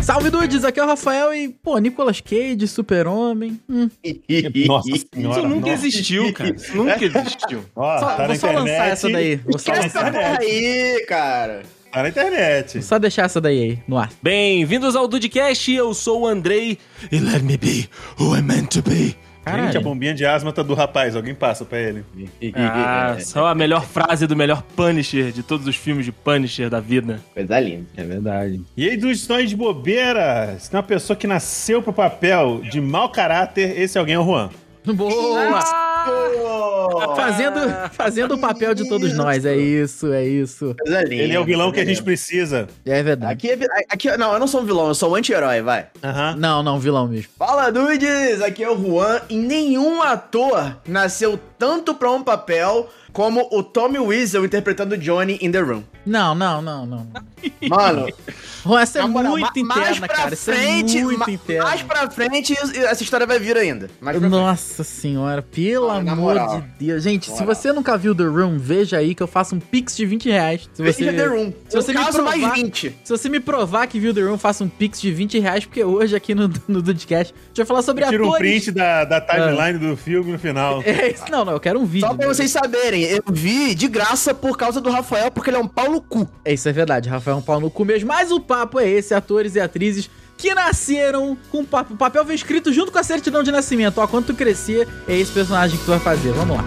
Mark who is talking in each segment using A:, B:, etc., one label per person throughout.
A: Salve Dudes, aqui é o Rafael e, pô, Nicolas Cage, Super-Homem. Hum.
B: Nossa senhora.
C: Isso nunca
B: nossa.
C: existiu, cara. Isso nunca existiu.
D: Ah,
B: Ó,
A: Só-
B: tá na
A: vou só
B: internet.
A: lançar essa daí. Vou só,
B: Esquece
A: lançar-
B: essa internet.
D: é aí, cara.
B: Tá na internet.
A: só deixar essa daí aí no ar.
C: Bem-vindos ao Dudecast, eu sou o Andrei. E let me be who I'm meant to be.
D: é
B: Gente, a
A: Caralho.
B: bombinha de asma tá do rapaz. Alguém passa pra ele.
C: Ah,
D: É.
C: só a melhor frase do melhor Punisher de todos os filmes de Punisher da vida.
D: Coisa linda.
E: É verdade.
B: E aí, dos sonhos de bobeira. Se tem uma pessoa que nasceu pro papel de mau caráter, esse alguém é o Juan.
A: Boa!
D: Ah.
A: Fazendo, fazendo o papel de todos nós, é isso, é isso.
D: Coisa linda.
B: Ele é o vilão que a
D: coisa
B: gente precisa.
A: É
D: linda.
A: verdade.
D: Aqui, é vi- aqui, não, eu não sou um vilão, eu sou um anti-herói, vai.
B: Aham.
A: Não, não, vilão mesmo.
D: Fala, dudes! Aqui é o Juan e nenhum ator nasceu tanto pra um papel como o Tommy Weasel interpretando Johnny in The Room.
A: Não, não, não, não.
D: Mano,
A: Juan, essa é
D: na moral,
A: muito
D: ma- mais
A: interna,
D: pra
A: cara. Isso é
D: frente,
A: muito
D: ma-
A: interna.
D: Mais pra frente isso- essa história vai vir ainda. Mais pra frente.
A: Nossa senhora, pelo
D: Ah, na
A: amor
D: moral.
A: de Deus. Gente,
D: Na
A: se
D: moral.
A: você nunca viu The Room, veja aí que eu faço um pix de 20 reais. Se você,
D: Veja The Room.
A: se você
D: Um
A: me
D: caso mais
A: provar-
D: 20.
A: se você me provar que viu The Room, faça um pix de 20 reais, porque hoje aqui no, no Dudcast a gente vai falar sobre
B: Tira um
A: atores.
B: print da, da timeline do filme no final.
A: É isso, não, não, eu quero um vídeo.
D: Só pra
A: né?
D: vocês saberem, eu vi de graça por causa do Rafael, porque ele é um pau no cu.
A: É isso, é verdade. Rafael é um pau no cu mesmo. Mas o papo é esse, atores e atrizes que nasceram com pa- o papel vem escrito junto com a certidão de nascimento. Ó, quando tu crescer, é esse personagem que tu vai fazer. Vamos lá.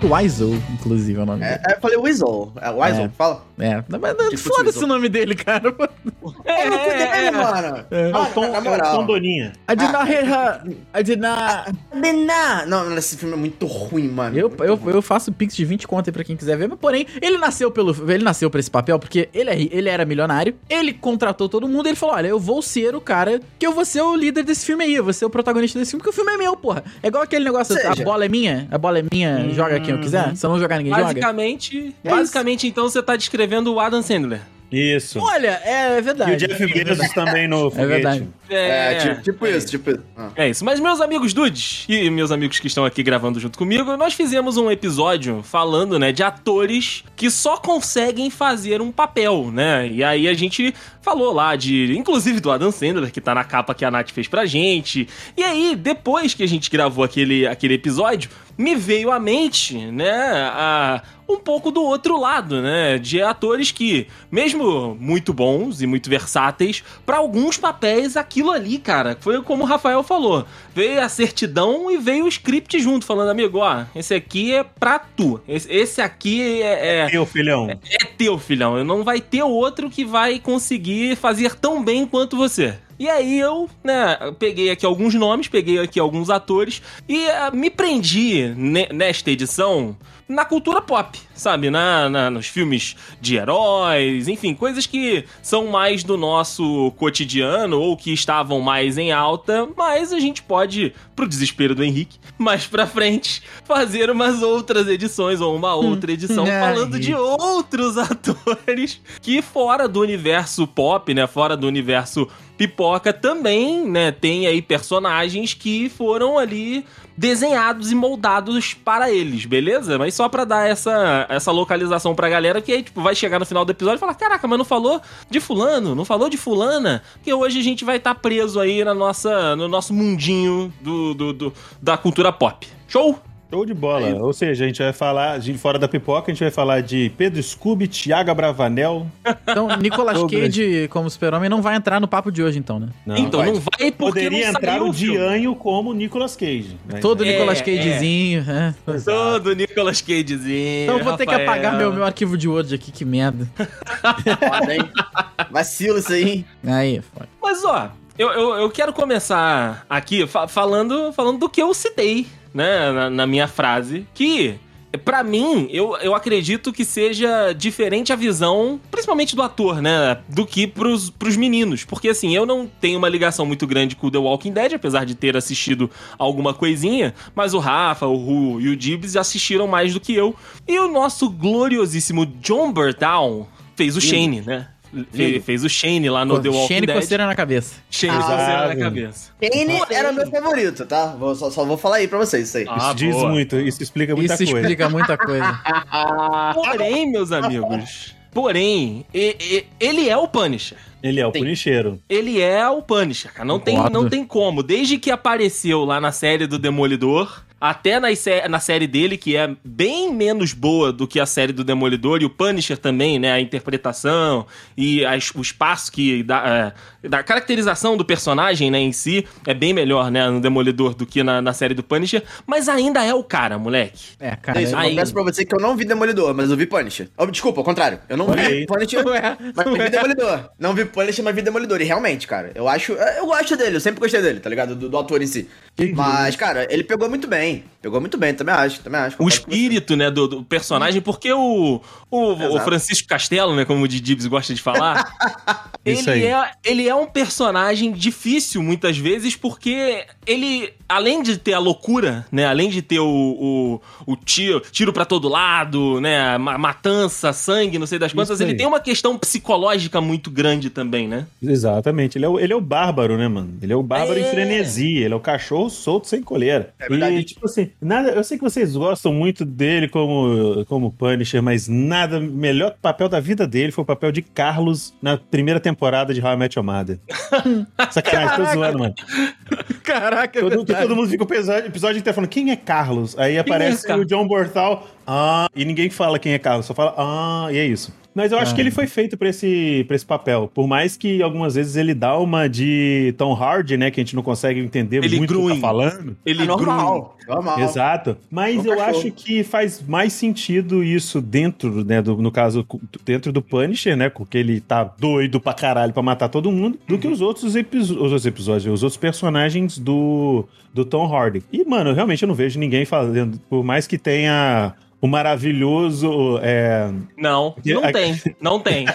A: Wiseau, inclusive, é o nome dele.
D: É, eu falei Weasel. É Weasel,
A: É.
D: fala.
A: É,
D: Que
B: Tipo,
A: mas foda-se
D: futilizou.
A: o nome dele, cara.
D: Pau no cu dele, mano.
A: É.
B: É o Tom,
D: na
B: é o
D: moral.
B: Tom Doninha.
A: I did not hit her. I did not.
D: Bená. Não, esse filme é muito ruim, mano.
A: Eu,
D: Muito
A: eu,
D: ruim.
A: eu faço pix de 20 conto aí pra quem quiser ver, mas porém, ele nasceu pelo ele nasceu pra esse papel porque ele, é ri- ele era milionário, ele contratou todo mundo, ele falou: "Olha, eu vou ser o cara que eu vou ser o líder desse filme aí, eu vou ser o protagonista desse filme, porque o filme é meu, porra". É igual aquele negócio,
D: Ou seja-
A: a bola é minha, a bola é minha,
B: Hum.
A: joga quem eu quiser, se eu não jogar ninguém joga.
C: Basicamente, basicamente então você tá descrevendo o Adam Sandler.
B: Isso.
A: Olha, é
B: E o
A: verdade.
B: Jeff Bezos também no foguete.
A: verdade.
D: É, tipo, tipo isso, tipo isso. Ah.
C: É isso. Mas, meus amigos dudes e meus amigos que estão aqui gravando junto comigo, nós fizemos um episódio falando, né, de atores que só conseguem fazer um papel, né? E aí a gente falou lá de. Inclusive do Adam Sandler, que tá na capa que a Nath fez pra gente. E aí, depois que a gente gravou aquele, aquele episódio, me veio à mente, né, a- um pouco do outro lado, né? De atores que, mesmo muito bons e muito versáteis, pra alguns papéis aquilo ali, cara, foi como o Rafael falou. Veio a certidão e veio o script junto, falando, amigo, ó, esse aqui é pra tu. Esse, esse aqui é, é,
B: Meu filhão.
C: é teu, filhão. Não vai ter outro que vai conseguir fazer tão bem quanto você. E aí eu, né, peguei aqui alguns nomes, peguei aqui alguns atores e ah, me prendi ne- nesta edição na cultura pop, sabe? Na, na- nos filmes de heróis, enfim, coisas que são mais do nosso cotidiano ou que estavam mais em alta, mas a gente pode, pro desespero do Henrique, mais pra frente, fazer umas outras edições ou uma outra edição
A: é,
C: falando de outros atores que fora do universo pop, né, fora do universo pipoca também, né, tem aí personagens que foram ali desenhados e moldados para eles, beleza? Mas só pra dar essa, essa localização pra galera que aí, tipo, vai chegar no final do episódio e falar: caraca, mas não falou de fulano, não falou de fulana, porque hoje a gente vai estar preso aí na nossa, no nosso mundinho do, do, do- da cultura pop. Show?
B: Show de bola. Ou seja, a gente vai falar, a gente- fora da pipoca, a gente vai falar de Pedro Scooby, Tiago Bravanel.
A: Então, Nicolas
B: Douglas.
A: Cage como Super-Homem não vai entrar no papo de hoje então, né?
B: Não,
C: então, não vai porque
B: Poderia
C: não
B: entrar
C: saiu
B: o
C: o filme.
B: Dianho como Nicolas Cage. né?
A: Todo
C: É,
A: Nicolas
C: é.
A: Cagezinho, é.
C: Todo Nicolas Cagezinho.
A: Então eu vou ter que
C: Rafael.
A: apagar meu, meu arquivo de Word aqui, que merda.
D: Foda, hein? Vacilo isso aí, hein?
A: Aí, foda.
C: Mas ó, eu, eu, eu quero começar aqui fa- falando, falando do que eu citei, né, na, na minha frase, que Pra mim, eu, eu acredito que seja diferente a visão, principalmente do ator, né? Do que pros, pros meninos. Porque, assim, eu não tenho uma ligação muito grande com The Walking Dead, apesar de ter assistido alguma coisinha. Mas o Rafa, o Ru e o Dibs assistiram mais do que eu. E o nosso gloriosíssimo John Burtown fez o Shane, né? Ele fez o Shane lá no The Walking
A: Shane
C: Dead.
A: coceira na cabeça.
C: Shane
D: Ah,
C: coceira na
B: exato.
C: cabeça.
D: Kane era meu favorito, tá? Vou- só, só vou falar aí pra vocês isso aí.
C: Ah,
B: isso diz
C: boa.
B: muito, isso explica muita
A: Isso
B: coisa.
A: explica muita coisa.
C: Porém, meus amigos. Porém, e- e- ele é o Punisher.
B: Ele é o
D: Tem.
B: punicheiro.
C: Ele é o Punisher, cara. Não tem,
A: Concordo.
C: não tem como. Desde que apareceu lá na série do Demolidor, até nas sé- na, série dele, que é bem menos boa do que a série do Demolidor, e o Punisher também, né? A interpretação e a es- o espaço que dá. é, da caracterização do personagem, né, em si, é bem melhor, né, no Demolidor do que na, na série do Punisher. Mas ainda é o cara, moleque.
A: É,
D: É
A: cara.
D: isso, eu
C: Aí-
D: confesso pra você que eu não vi Demolidor, mas eu vi Punisher. Oh, desculpa, ao contrário. Eu não vi
B: Olha aí.
D: Punisher,
C: Ué,
D: mas eu
C: ué.
D: vi Demolidor. Não vi Punisher, mas vi Demolidor. E realmente, cara, eu acho... é, Eu gosto dele, eu sempre gostei dele, tá ligado? Do, do ator em si. Mas, cara, ele pegou muito bem. Pegou muito bem, também acho, também acho.
C: o
D: Concordo com você.
C: espírito, né, do, do personagem, porque o, o, o
D: Exato.
C: Francisco Castelo, né, como o Didibs gosta de falar,
B: Isso
C: ele,
B: aí.
C: é, ele é um personagem difícil muitas vezes, porque ele, além de ter a loucura, né, além de ter o, o, o tiro, tiro pra todo lado, né, ma- matança, sangue, não sei das quantas,
B: Isso
C: ele
B: aí.
C: tem uma questão psicológica muito grande também, né?
B: Exatamente. Ele é, o, ele é o bárbaro, né, mano? Ele é o bárbaro
C: É.
B: em frenesia. Ele é o cachorro solto sem coleira.
D: É verdade.
B: E, tipo assim, nada, eu sei que vocês gostam muito dele como, como Punisher, mas nada melhor que o papel da vida dele foi o papel de Carlos na primeira temporada de How I Met Your Mother. Sacanagem, tô zoando, mano.
C: é
A: Caraca, é
B: Todo, todo mundo fica o episódio, episódio inteiro falando quem é Carlos. Aí aparece
C: Carlos?
B: o John Bortal, ah, e ninguém fala quem é Carlos, só fala ah, e é isso. Mas eu acho que ele foi feito pra esse, pra esse papel. Por mais que algumas vezes ele dá uma de Tom Hardy, né? Que a gente não consegue entender
C: Ele
B: muito o que
C: grunhe.
B: tá falando.
C: Ele
D: É normal, normal.
B: Exato. Mas
D: É um
B: eu
D: cachorro.
B: acho que faz mais sentido isso dentro, né? do- no caso, cu- dentro do Punisher, né? Porque ele tá doido pra caralho pra matar todo mundo, do que os outros, episo- os outros episódios, né, os outros personagens do, do Tom Hardy. E, mano, eu realmente não vejo ninguém fazendo, por mais que tenha. O maravilhoso. é, É.
C: Não, não
B: A-
C: tem, não tem.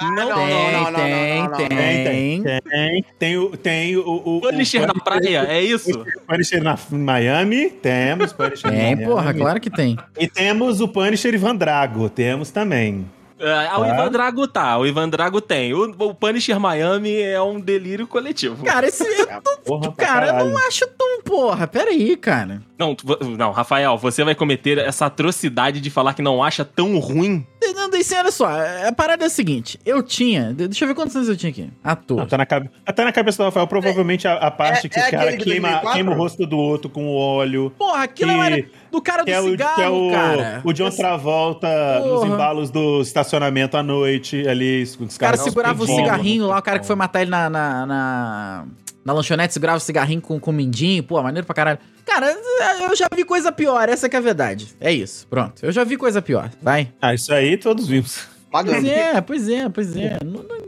C: Não
D: não,
C: tem.
D: não, não,
A: Tem,
D: não, não,
A: tem,
D: não, não.
A: tem.
B: Tem, tem o. Tem o, o, o
C: Punisher na
B: Punisher-
C: praia, é isso?
B: Punisher na em Miami. Temos Punisher em
A: Tem,
B: Miami.
A: porra, claro que tem.
B: E temos o Punisher e Van Drago. Temos também.
C: É, o
B: Tá.
C: Ivan Drago tá, o Ivan Drago tem. O, o Punisher Miami é um delírio coletivo.
A: Cara, esse. Eu tô-
B: É Porra, pra
A: cara, eu
B: caralho.
A: não acho tão porra. Peraí, cara.
C: Não, tu- não, Rafael, você vai cometer essa atrocidade de falar que não acha tão ruim.
A: Não, daí, assim, olha só. A parada é a seguinte. Eu tinha. de- Deixa eu ver quantos anos eu tinha aqui.
B: Não,
A: Ator.
B: tá, na cabe... ah, tá na cabeça do Rafael. Provavelmente a, a parte
D: É-
B: que
D: é
B: o cara
D: aquele de
B: queima,
D: 2004?
B: queima o rosto do outro com óleo.
A: Porra, aquilo
B: Que-
A: era do cara do
B: Que é, o,
A: cigarro,
B: que é o,
A: cara.
B: o John Travolta nos
A: Porra.
B: embalos do estacionamento à noite ali. Os
A: O cara
B: caras
A: segurava o
B: pedindo.
A: cigarrinho lá, o cara que foi matar ele na. na, na, na lanchonete, segurava o cigarrinho com, com o mindinho, pô, maneiro pra caralho. Cara, eu já vi coisa pior, essa que é a verdade. É isso, pronto. Eu já vi coisa pior, vai.
B: Ah, isso aí todos vimos.
A: Pois
D: Pagando.
A: é, pois é, pois é. Não- não-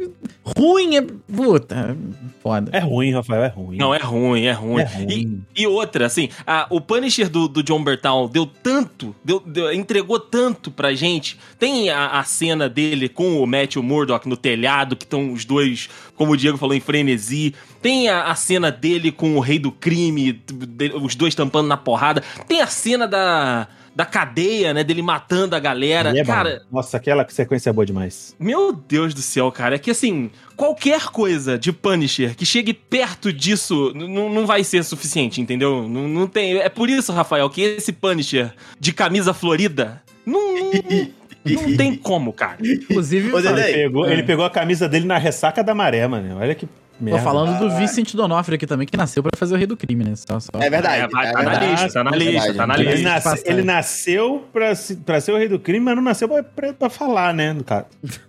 A: ruim é. Puta, foda.
B: É ruim, Rafael, é ruim.
C: Não, é ruim, é ruim.
B: É ruim.
C: E, e outra, assim, a- o Punisher do, do John Bertal deu tanto, deu, deu- entregou tanto pra gente. Tem a, a cena dele com o Matthew Murdock no telhado, que estão os dois, como o Diego falou, em frenesi. Tem a, a cena dele com o rei do crime, t- de- os dois tampando na porrada. Tem a cena da, da cadeia, né, dele matando a galera.
B: Ele é bom.
C: Cara.
B: Nossa, aquela sequência é boa demais.
C: Meu Deus do céu, cara. É que assim, qualquer coisa de Punisher que chegue perto disso n- n- não vai ser suficiente, entendeu? Não, não tem. É por isso, Rafael, que esse Punisher de camisa florida não, não, não tem como, cara.
A: Inclusive,
D: Ô, Dedé,
B: Ele
D: Ei,
B: pegou,
A: é.
B: ele pegou a camisa dele na ressaca da maré, mano. Olha que
A: tô
B: merda.
A: falando do Vicente Donofrio aqui também, que nasceu pra fazer o rei do crime, né? Só, só.
D: É verdade.
C: É,
D: É,
C: vai- tá na
D: verdade.
C: lista, tá na
D: É
C: lista,
D: verdade.
C: tá na
A: Ele
B: Ele,
C: lista.
B: nasce-
A: passagem.
B: ele nasceu pra, se- pra ser o rei do crime, mas não nasceu pra, pra- pra falar, né? No caso.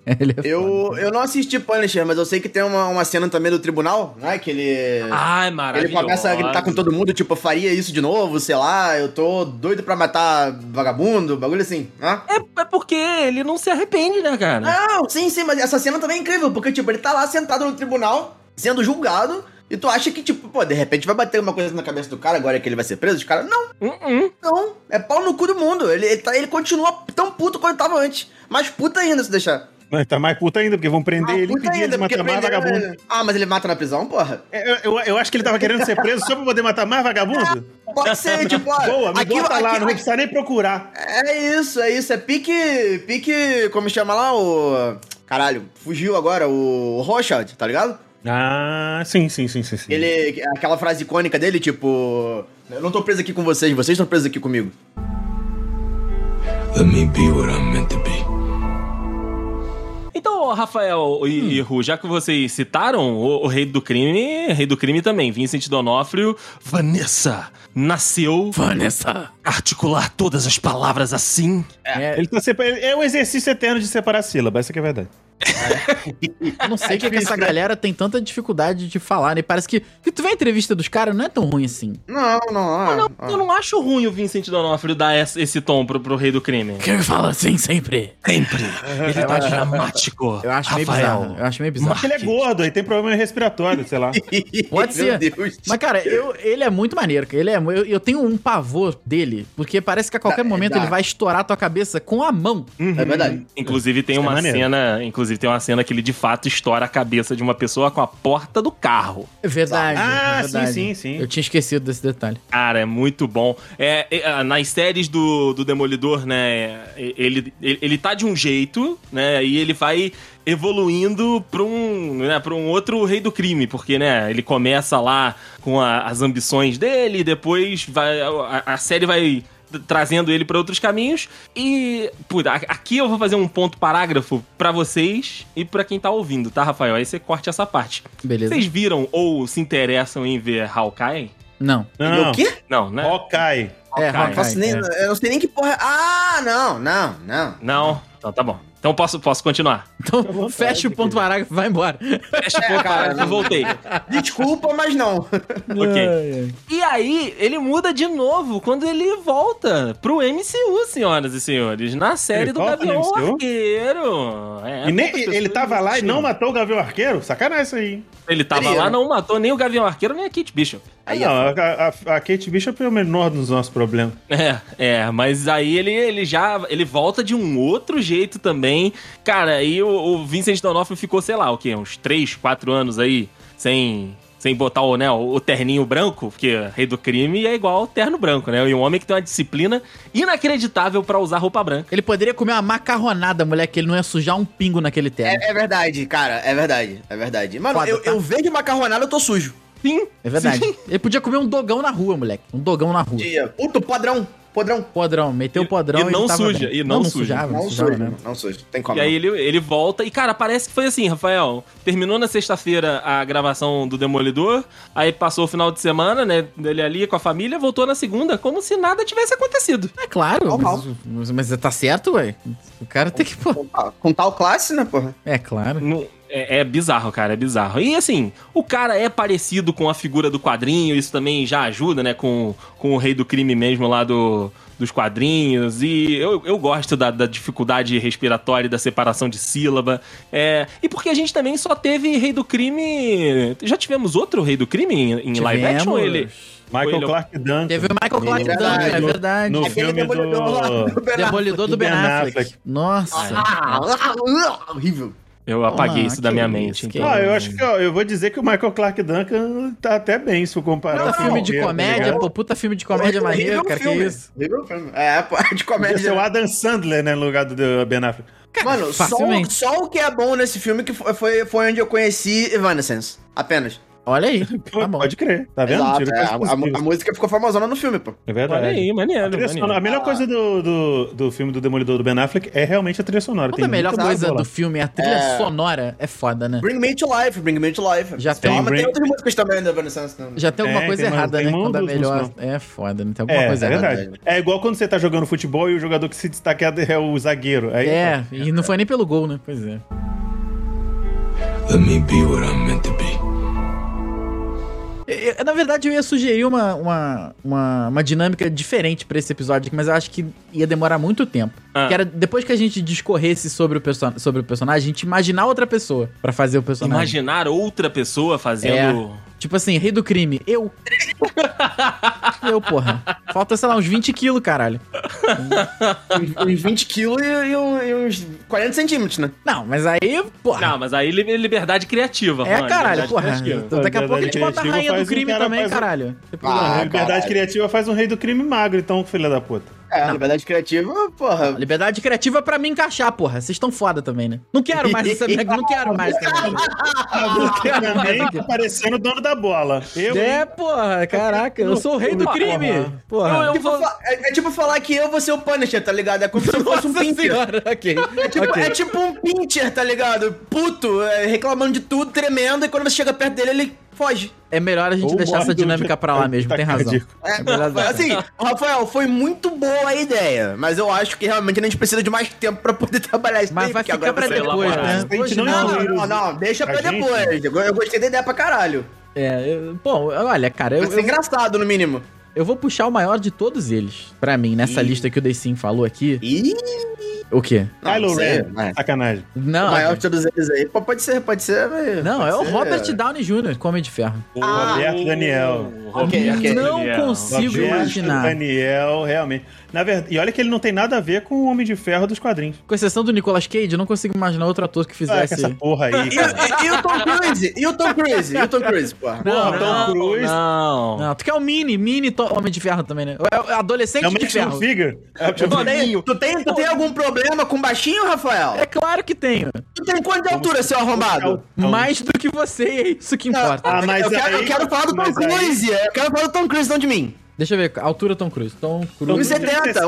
A: Ele é
D: Eu, eu não assisti Punisher, mas eu sei que tem uma, uma cena também do tribunal, né? Que ele.
C: Ai,
D: ele
C: maravilhoso.
D: começa a gritar com todo mundo, tipo, eu faria isso de novo, sei lá, eu tô doido pra matar vagabundo, bagulho assim, né?
C: É, é porque ele não se arrepende, né, cara?
D: é Não, sim, sim, mas essa cena também é incrível, porque, tipo, ele tá lá sentado no tribunal, sendo julgado, E tu acha que, tipo, pô, de repente vai bater uma coisa na cabeça do cara agora que ele vai ser preso? Os caras, não,
C: Hum,
B: Uh-uh.
C: hum.
D: não, é pau no cu do mundo. Ele, ele, tá- ele continua tão puto quanto tava antes. Mais puto ainda se deixar.
B: Mas tá mais puta ainda, porque vão prender
D: Mais
B: ele e
D: puto
B: impedir ele de
D: porque
B: matar mais
D: prenderam
B: vagabundo.
D: ele. Ah, mas ele mata na prisão, porra?
B: É, Eu, eu, eu acho que ele tava querendo ser preso só pra poder matar mais vagabundo.
D: Pode ser, tipo, ó,
B: Boa, me bota lá, não vou
D: aqui-
B: precisar nem procurar.
D: É isso, é isso. É pique. Pique. Como chama lá o. Caralho, fugiu agora o Rothschild, tá ligado?
B: Ah, sim, sim, sim, sim. sim.
D: Ele. é- Aquela frase icônica dele, tipo. Eu não tô preso aqui com vocês, vocês estão presos aqui comigo.
E: Let me be what I'm meant to be.
C: Então, Rafael e,
D: Hum.
C: e Ru, já que vocês citaram o, o rei do crime, rei do crime também, Vincent Donofrio, Vanessa nasceu
A: Vanessa.
C: articular todas as palavras assim.
A: É,
B: Ele tá sepa- ele- É o exercício eterno de separar sílaba, essa que é a verdade.
A: eu não sei o que, é que essa galera tem tanta dificuldade de falar, né? Parece que. Se tu vê a entrevista dos caras, não é tão ruim assim.
D: Não, não, não.
C: Ah,
D: é.
C: Não, eu não acho ruim o Vincent Donofrio dar esse, esse tom pro, pro rei do crime.
A: Que fala assim sempre.
C: Sempre. Ele tá dramático.
A: Eu acho meio bizarro. Eu acho meio bizarro.
B: Porque ele é gordo, aí tem problema respiratório, sei lá.
A: Pode ser.
D: Meu Deus.
A: Mas, cara, eu, ele é muito maneiro, cara. Ele é, eu, eu tenho um pavor dele, porque parece que a qualquer
D: Dá-
A: momento
D: dá.
A: ele vai estourar tua cabeça com a mão.
D: É verdade.
C: Inclusive tem
B: Isso é
C: uma
B: maneiro.
C: cena, inclusive tem uma cena que ele de fato estoura a cabeça de uma pessoa com a porta do carro.
A: É verdade.
B: Ah,
A: é verdade.
B: sim, sim, sim.
A: Eu tinha esquecido desse detalhe.
C: Cara, é muito bom. É, é, ah, nas séries do, do Demolidor, né? Ele, ele, ele tá de um jeito, né? E ele vai evoluindo pra um, né, pra um outro rei do crime, porque, né? Ele começa lá com a- as ambições dele, depois vai, a, a série vai t- trazendo ele pra outros caminhos. E, pô, a- aqui eu vou fazer um ponto parágrafo pra vocês e pra quem tá ouvindo, tá, Rafael? Aí você corte essa parte.
A: Beleza.
C: Vocês viram ou se interessam em ver Hawkeye?
A: Não.
B: Uhum. Não,
D: é O quê?
C: Não, né?
B: Hawkeye.
A: É,
C: Hawkeye.
A: Hawkeye.
D: Faço nem- Eu não sei nem que porra. Ah, não, não, não.
C: Não? Então tá bom. Então posso, posso continuar.
A: Então,
B: vontade,
A: fecha o ponto parágrafo e vai embora.
B: É,
C: Fecha a
B: Tipo,
C: boca,
D: cara, não.
C: eu voltei.
D: Desculpa, mas não.
C: ok. E aí, ele muda de novo quando ele volta pro MCU, senhoras e senhores. Na série
B: Ele
C: do
B: volta no
C: Gavião
B: MCU?
C: Arqueiro. É,
B: E nem,
C: poucas
B: ele tá
C: pessoas
B: tava lá e não
C: assistiram.
B: matou o Gavião Arqueiro? Sacanagem isso aí. hein?
C: Ele tava
D: Seria.
C: lá, não matou nem o Gavião Arqueiro, nem a Kate Bishop.
D: Aí,
B: Ah,
D: é
B: não,
D: ó.
B: a, a- a Kate Bishop é o menor dos nossos problemas.
C: É, é, mas aí ele, ele já ele volta de um outro jeito também. Cara, aí o, o Vincent D'Onofrio ficou, sei lá, o quê? Uns 3, 4 anos aí sem sem botar o, né, o terninho branco, porque rei do crime é igual ao terno branco, né? E um homem que tem uma disciplina inacreditável pra usar roupa branca.
A: Ele poderia comer uma macarronada, moleque, que ele não ia sujar um pingo naquele terno.
D: É, é verdade, cara, é verdade, é verdade. Mano,
A: Foda,
D: eu,
A: tá?
D: eu vejo macarronada, eu tô sujo.
C: Sim.
A: É, verdade.
C: Sim.
A: Ele podia comer um dogão na rua, moleque. Um dogão na rua.
D: Dia. Puto, podrão, podrão.
A: Podrão, meteu o podrão
C: e não
A: ele tava
C: suja,
A: bem.
C: e não suja.
A: sujava,
D: Não
A: sujava,
D: sujo,
A: né?
D: não sujo. Tem como.
C: E aí ele, ele volta. E, cara, parece que foi assim, Rafael. Terminou na sexta-feira a gravação do Demolidor. Aí passou o final de semana, né? Dele ali com a família, voltou na segunda, como se nada tivesse acontecido.
A: É claro,
D: Normal.
A: mas, mas tá certo, ué. O cara tem que. pô,
D: Com, tal- com tal classe, né, porra?
A: É claro.
C: Não- é, é bizarro, cara, é bizarro. E assim, o cara é parecido com a figura do quadrinho, isso também já ajuda, né? Com, com o rei do crime mesmo lá do, dos quadrinhos. E eu, eu gosto da, da dificuldade respiratória e da separação de sílaba. É, e porque a gente também só teve rei do crime. Já tivemos outro rei do crime em, em live action? ou Ele,
B: Michael
C: Coelho.
B: Clark Duncan.
A: Teve o Michael Clark
D: No-
A: Duncan, é
D: no-
A: verdade.
B: no
A: É
B: filme do-
D: do Ben Affleck.
A: Demolidor do Ben
B: Ben
A: Affleck.
B: Affleck.
A: Nossa.
D: Ah, ah, ah, horrível.
C: eu apaguei
A: Ah,
C: isso da minha
A: que
C: mente.
A: isso, que
C: então.
B: Ah, eu acho que ó, eu vou dizer que o Michael Clark Duncan tá até bem se for comparar.
A: Puta é
B: com o
A: um filme de
B: Gavião, tá
A: comédia,
B: ligado?
A: pô. Puta filme de comédia maneiro,
D: Horrível
A: cara. Que
D: um filme.
A: isso?
D: Horrível filme. É, pô, de
B: Podia ser o
D: comédia.
B: Adam Sandler, né, no lugar do- do Ben Affleck.
D: Mano, só,
A: facilmente.
D: só o que é bom nesse filme que foi, foi, foi onde eu conheci Evanescence. Apenas.
A: Olha aí.
B: Pô,
A: Tá bom.
B: Pode crer, tá vendo?
D: Exato,
B: Tira
D: é, a,
B: coisas
D: a-
B: positivas.
D: a música ficou famosona no filme, pô.
B: É
C: Olha
B: verdade.
C: aí,
B: A
C: maneiro.
B: trilha sonora-
C: maneiro.
B: a
A: Ah.
B: melhor coisa do, do, do filme do Demolidor do Ben Affleck é realmente a trilha sonora.
A: Toda a
B: Tem
A: melhor
B: muita
A: coisa
B: boa
A: do
B: lá.
A: filme, a trilha
D: É.
A: sonora é foda, né?
D: Bring Me to Life, Bring Me to Life.
A: Já
D: tem,
A: tem
D: mas tem
B: Bring-
D: outras músicas também do Evanescence. né?
A: Já tem alguma
B: Tem,
A: coisa
B: É, tem uma-
A: errada,
B: tem
A: né?
B: uma
A: Quando a
B: dos
A: melhor.
B: músicas.
A: É foda, né? Tem alguma
B: É,
A: coisa
B: é
A: errada.
B: verdade. É igual quando você tá jogando futebol e o jogador que se destaca é o zagueiro. Aí,
A: É, e não foi nem pelo gol, né? Pois é.
E: Let me be what I'm meant to be.
A: Eu- eu- na verdade, eu ia sugerir uma, uma, uma, uma dinâmica diferente pra esse episódio, aqui, mas eu acho que ia demorar muito tempo.
C: Ah.
A: Que era depois que a gente discorresse sobre o, perso sobre o personagem, a gente imaginar outra pessoa pra fazer o personagem.
C: Imaginar outra pessoa fazendo.
A: Tipo assim, rei do crime, eu. eu, porra. Falta, sei lá, uns 20 quilos, caralho.
D: Uns 20 quilos e, e um- e uns 40 centímetros, né?
A: Não, mas aí, porra.
C: Não, mas aí li- liberdade criativa,
A: É,
C: mano,
A: caralho,
C: liberdade
A: porra.
C: criativa.
A: Então, Daqui a
B: Verdade
A: pouco a gente bota a
B: criativa
A: rainha do
B: faz um
A: crime
B: cara
A: também,
B: faz um-
A: caralho. Tipo,
D: Ah,
B: a liberdade
D: caralho.
B: criativa faz um rei do crime magro, então, filha da puta.
D: É, liberdade criativa, porra.
A: Liberdade criativa pra me encaixar, porra. Vocês estão foda também, né? Não quero mais essa merda, não quero mais. Cara. Não quero mais.
B: Também tá parecendo o dono da bola. Eu,
A: Ah, É,
B: hein?
A: porra, caraca, eu sou o rei do
C: Porra.
A: crime. Porra.
C: Eu- eu-
D: Tipo, fa- é, é tipo falar que eu vou ser o Punisher, tá ligado? É como se eu fosse um
A: Nossa
D: pincher.
A: senhora, assim, ok.
D: É tipo,
A: ok.
D: é tipo um pincher, tá ligado? Puto, é, reclamando de tudo, tremendo, e quando você chega perto dele, ele foge.
A: É melhor a gente
B: Ou
A: deixar essa
B: morre do
A: dinâmica pra lá
B: ataque
A: mesmo, tem razão.
B: cardíaco.
D: É,
A: É verdade.
D: assim, Rafael, foi muito boa a ideia, mas eu acho que realmente a gente precisa de mais tempo pra poder trabalhar isso
A: Mas
D: daí,
A: vai
D: porque
A: ficar pra
D: você-
A: depois, né?
B: A gente
A: Hoje
B: não
D: Não,
A: não.
B: evoluiu.
D: não, não, não, deixa pra
B: A gente?
D: depois. Eu, eu gostei da ideia pra caralho.
A: É, eu- bom, olha, cara, eu,
D: Vai ser
A: eu,
D: engraçado, no mínimo.
A: eu vou puxar o maior de todos eles. Pra mim, nessa
D: Ih.
A: lista que o Deicin falou aqui.
D: Ih,
A: O quê?
D: não,
B: Kylo
D: não sei,
B: Ren.
D: mas-
B: Sacanagem.
D: O
A: Não,
D: maior de todos eles aí. Pô, pode ser, pode ser. mas-
A: não,
D: pode
A: é o
D: ser.
A: Robert Downey Jr., Homem de Ferro.
D: Ah,
B: Roberto Daniel.
D: Ok, ok.
A: Não
C: Daniel.
A: consigo
B: Roberto
A: imaginar.
B: Daniel, realmente. Na verdade, e olha que ele não tem nada a ver com o Homem de Ferro dos quadrinhos.
A: Com exceção do Nicolas Cage, eu não consigo imaginar outro ator que
B: Ah, com
A: fizesse.
B: essa porra aí,
D: E,
B: cara.
D: o- e- e o Tom Cruise? E o Tom Cruise? E o Tom Cruise, porra?
A: Não,
B: Tom
A: não,
B: Cruise.
C: Não.
A: não. Tu quer o mini, mini to- Homem de Ferro também, né? É o adolescente
B: É uma
A: de
B: action
A: ferro.
B: figure. É uma action
D: Tu
B: figure.
D: tem, tu, tem, tu tem algum problema com baixinho, Rafael?
A: É claro que tenho.
D: Tu tem quanto de altura, seu arrombado?
B: Não.
A: Mais do que você, é isso que importa.
B: Ah, mas
D: eu, quero,
B: aí-
D: eu quero falar do Tom
B: mas aí-
D: Cruise. Eu quero falar do Tom Cruise, não de mim.
A: Deixa eu ver, altura Tom Cruise. Tom Cruise.
D: 1,70,
B: 1,60.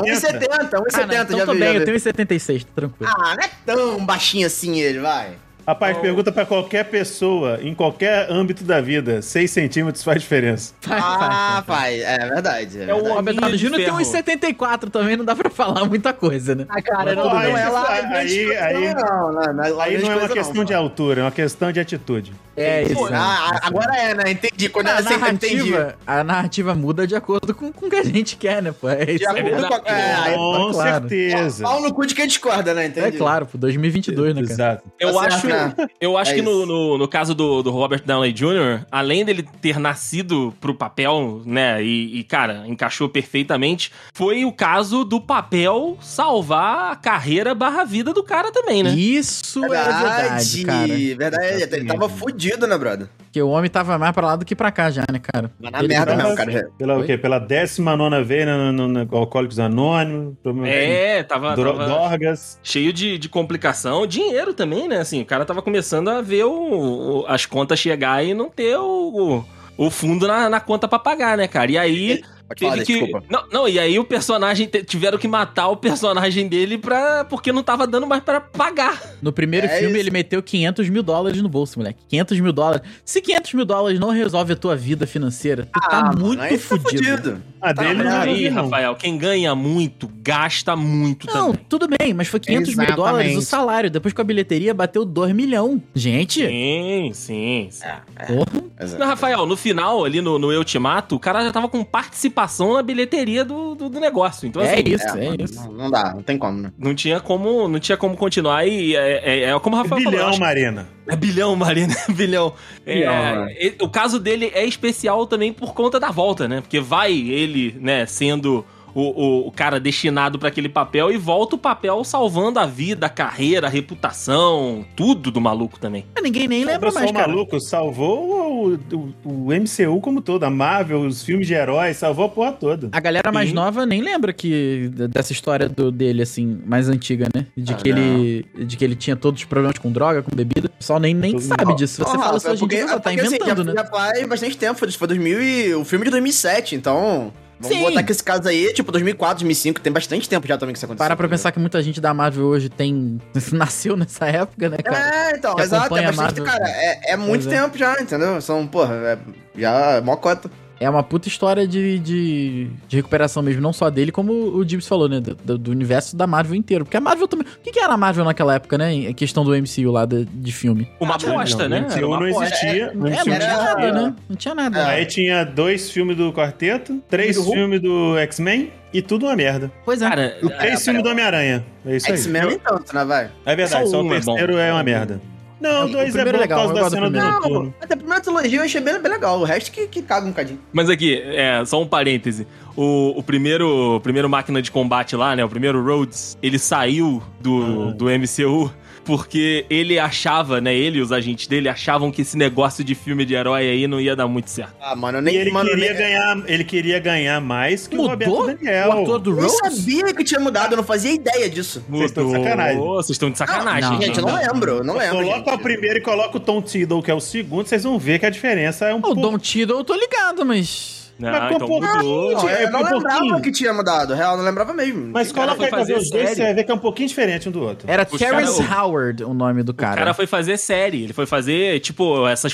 A: Ah,
D: 1,70, 1,70,
A: não, então
D: é já
A: tô
D: vi,
A: bem,
D: já
A: eu
D: vi.
A: tenho 76, tô tranquilo.
D: Ah, não é tão baixinho assim ele, vai.
B: Rapaz, pergunta pra qualquer pessoa, em qualquer âmbito da vida, 6 centímetros faz diferença.
A: Vai, vai.
D: Ah, pai, é verdade. É,
C: É o
D: verdade.
A: Robert Downey
C: Homem de
A: Jr. tem
C: Ferro.
A: uns 74 também, não dá pra falar muita coisa, né?
D: Ah, cara,
B: Pô,
D: tudo
B: aí
D: bem.
B: você
D: lá,
B: fala-
D: grande
B: aí-
D: coisa
B: aí-
D: não, não, não, lá
B: Aí
D: grande
B: não é uma
D: coisa
B: questão de altura, é uma questão de atitude.
A: É isso.
D: Pô, ah, agora é, né? Entendi. Quando
A: a
D: ela sempre entendi.
A: narrativa, a narrativa muda de acordo com com o que a gente quer, né, pô? É isso.
D: De
A: aí.
D: acordo com a... É, é,
B: Com
A: claro.
B: certeza.
D: pau no cu de quem discorda, né? Entendi.
A: É claro, pô, 2022, né, cara?
B: Exato.
C: Eu
D: Tá certo,
C: acho,
D: né?
C: eu acho
D: É
C: que no,
D: isso.
C: no, no caso do, do Robert Downey Jr., além dele ter nascido pro papel, né, e, e, cara, encaixou perfeitamente, foi o caso do papel salvar a carreira barra vida do cara também, né?
A: Isso é verdade, cara.
D: é Verdade, ele tava fudido, né, brother?
A: Porque o homem tava mais pra lá do que pra cá já, né, cara?
D: Mas na
A: Ele
D: Tá merda
A: tava-
D: mesmo, cara.
B: Pela
A: Oi?
B: o quê? Pela 19 vez no, no, no Alcoólicos Anônimos. provavelmente
C: É, tava,
B: Dro-
C: tava
B: Dorgas.
C: cheio de, de complicação, dinheiro também, né? Assim, o cara tava começando a ver o, o- as contas chegar e não ter o, o, o fundo na, na conta pra pagar, né, cara? E aí...
A: É,
D: Pode falar,
C: Teve
D: Deus,
C: que...
D: desculpa.
C: Não, não, e aí o personagem te- tiveram que matar o personagem dele pra... porque não tava dando mais pra pagar.
A: No primeiro
D: É
A: filme,
D: isso.
A: ele meteu 500 mil dólares no bolso, moleque. 500 mil dólares. Se 500 mil dólares não resolve a tua vida financeira, tu tá
D: Ah,
A: muito
D: mano, aí tá
A: fudido.
B: A
D: Tá,
B: Ah, dele
D: mas
B: não
D: aí,
B: resolvi,
C: aí,
B: não.
C: Rafael, quem ganha muito, gasta muito
A: Não,
C: também.
A: tudo bem, mas foi 500 mil dólares o
D: Exatamente.
A: salário. Depois com a bilheteria, bateu 2 milhões. Gente,
C: Sim, sim. sim.
A: É. porra.
C: Não,
D: Exato.
C: Rafael, no final, ali no, no Eu Te Mato, o cara já tava com participação na bilheteria do, do, do negócio. Então,
A: É
C: assim,
A: isso, é,
D: É, mano,
A: isso.
D: não, não dá, não tem como, né?
C: não tinha como, não tinha como continuar. E é, é- é como o Rafael falou. eu
B: Bilhão,
C: acho
B: Marina.
C: É bilhão, Marina, é bilhão. É,
D: Bilhão, né?
C: e- o caso dele é especial também por conta da volta, né? Porque vai ele, né, sendo o, o- o cara destinado pra aquele papel e volta o papel salvando a vida, a carreira, a reputação, tudo do maluco também.
A: Mas Ninguém nem lembra
B: Lembra só
A: mais,
B: o
A: cara.
B: um maluco, salvou o, o, o MCU como todo, a Marvel, os filmes de heróis, salvou a porra toda.
A: A galera mais
B: Sim.
A: nova nem lembra que dessa história do, dele, assim, mais antiga, né? De,
D: Ah,
A: que ele, de que ele tinha todos os problemas com droga, com bebida. O pessoal nem, nem
B: Todo
A: sabe
B: mundo.
A: disso. Você
D: Não,
A: fala
D: Rafa,
A: isso hoje em
D: porque-
A: dia, você tá
D: porque, assim,
A: inventando,
D: já,
A: né?
D: já faz bastante tempo, foi, foi 2000 e, o filme é de 2007, então... Vamos
A: Sim.
D: botar que esse caso aí, tipo, 2004, 2005, tem bastante tempo já também que isso aconteceu.
A: Para pra
D: entendeu?
A: pensar que muita gente da Marvel hoje tem. nasceu nessa época, né, cara?
D: É, então,
A: que
D: exato, é
A: acompanha a
D: bastante,
A: Marvel.
D: cara, é, é muito
A: Pois é.
D: tempo já, entendeu? São, porra, é, já é mó cota.
A: é uma puta história de, de, de recuperação mesmo, não só dele, como o Gibbs falou, né? Do, do universo da Marvel inteiro. Porque a Marvel também. O que, que era a Marvel naquela época, né? Em questão do MCU lá de, de filme.
C: Uma
D: Não,
C: aposta, né?
B: O MCU
C: Era uma
B: Ah, não
C: aposta.
B: existia. o
A: É, não
B: MCU
A: tinha
D: filme
B: não
D: era-
A: nada,
B: existia.
A: né? Não tinha nada.
B: É, Aí tinha dois filmes do Quarteto, três
D: do Hulk.
B: filmes do X-Men e tudo uma merda.
A: Pois é.
C: Cara,
B: E três filmes do Homem-Aranha. É isso aí.
D: X-Men nem tanto, né, vai?
B: É verdade,
C: Só
B: só,
C: um
B: o
C: é bom.
B: terceiro é, uma merda. Não,
A: É,
B: o
A: o
B: dois é
A: primeiro
B: bom
A: é legal, eu
B: por causa da
A: gosto
B: cena
A: do
B: do
A: primeiro.
B: noturno.
D: Até a primeira trilogia eu achei bem, bem legal. O resto que, que caga um bocadinho.
C: Mas aqui, é, só um parêntese. O, o primeiro o primeiro máquina de combate lá, né? O primeiro Rhodes, ele saiu do,
B: Ah.
C: do MCU porque ele achava, né? Ele e os agentes dele achavam que esse negócio de filme de herói aí não ia dar muito certo.
D: Ah, mano, eu
B: E
D: nem.
B: ele
D: mano, eu
B: queria,
D: nem-
B: ganhar, ele queria ganhar mais que o
A: é- Mudou
B: Roberto Daniel.
A: o ator do
D: eu nem
A: Rhodes?
D: sabia que tinha mudado, eu não fazia ideia disso.
C: Mudou.
B: estão de sacanagem.
C: Vocês estão de sacanagem.
A: Não,
D: gente, eu não lembro, eu não lembro.
B: Coloca
D: gente.
B: o primeiro e coloca o Tom Tiddle, que é o segundo, vocês vão ver que a diferença é
A: Ah,
B: um
A: O
B: pouco.
A: Don Tiro eu tô ligado, mas.
C: Não,
B: Mas
C: então
B: com pouco-
C: mudou.
D: Não,
B: É,
D: eu não
B: um
D: lembrava
B: pouquinho.
D: que tinha mudado, real, eu não lembrava mesmo.
B: Mas
D: Cara,
B: coloca
C: foi
B: aí pra ver
C: fazer
B: os dois,
C: série.
B: você vai ver que é um pouquinho diferente um do outro.
A: Era
C: Os
A: Terrence
C: cara-
A: Howard o nome do
C: O
A: cara.
C: cara foi fazer série, ele foi fazer, tipo, essas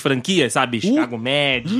D: Uh.
C: franquias, sabe? Chicago Med.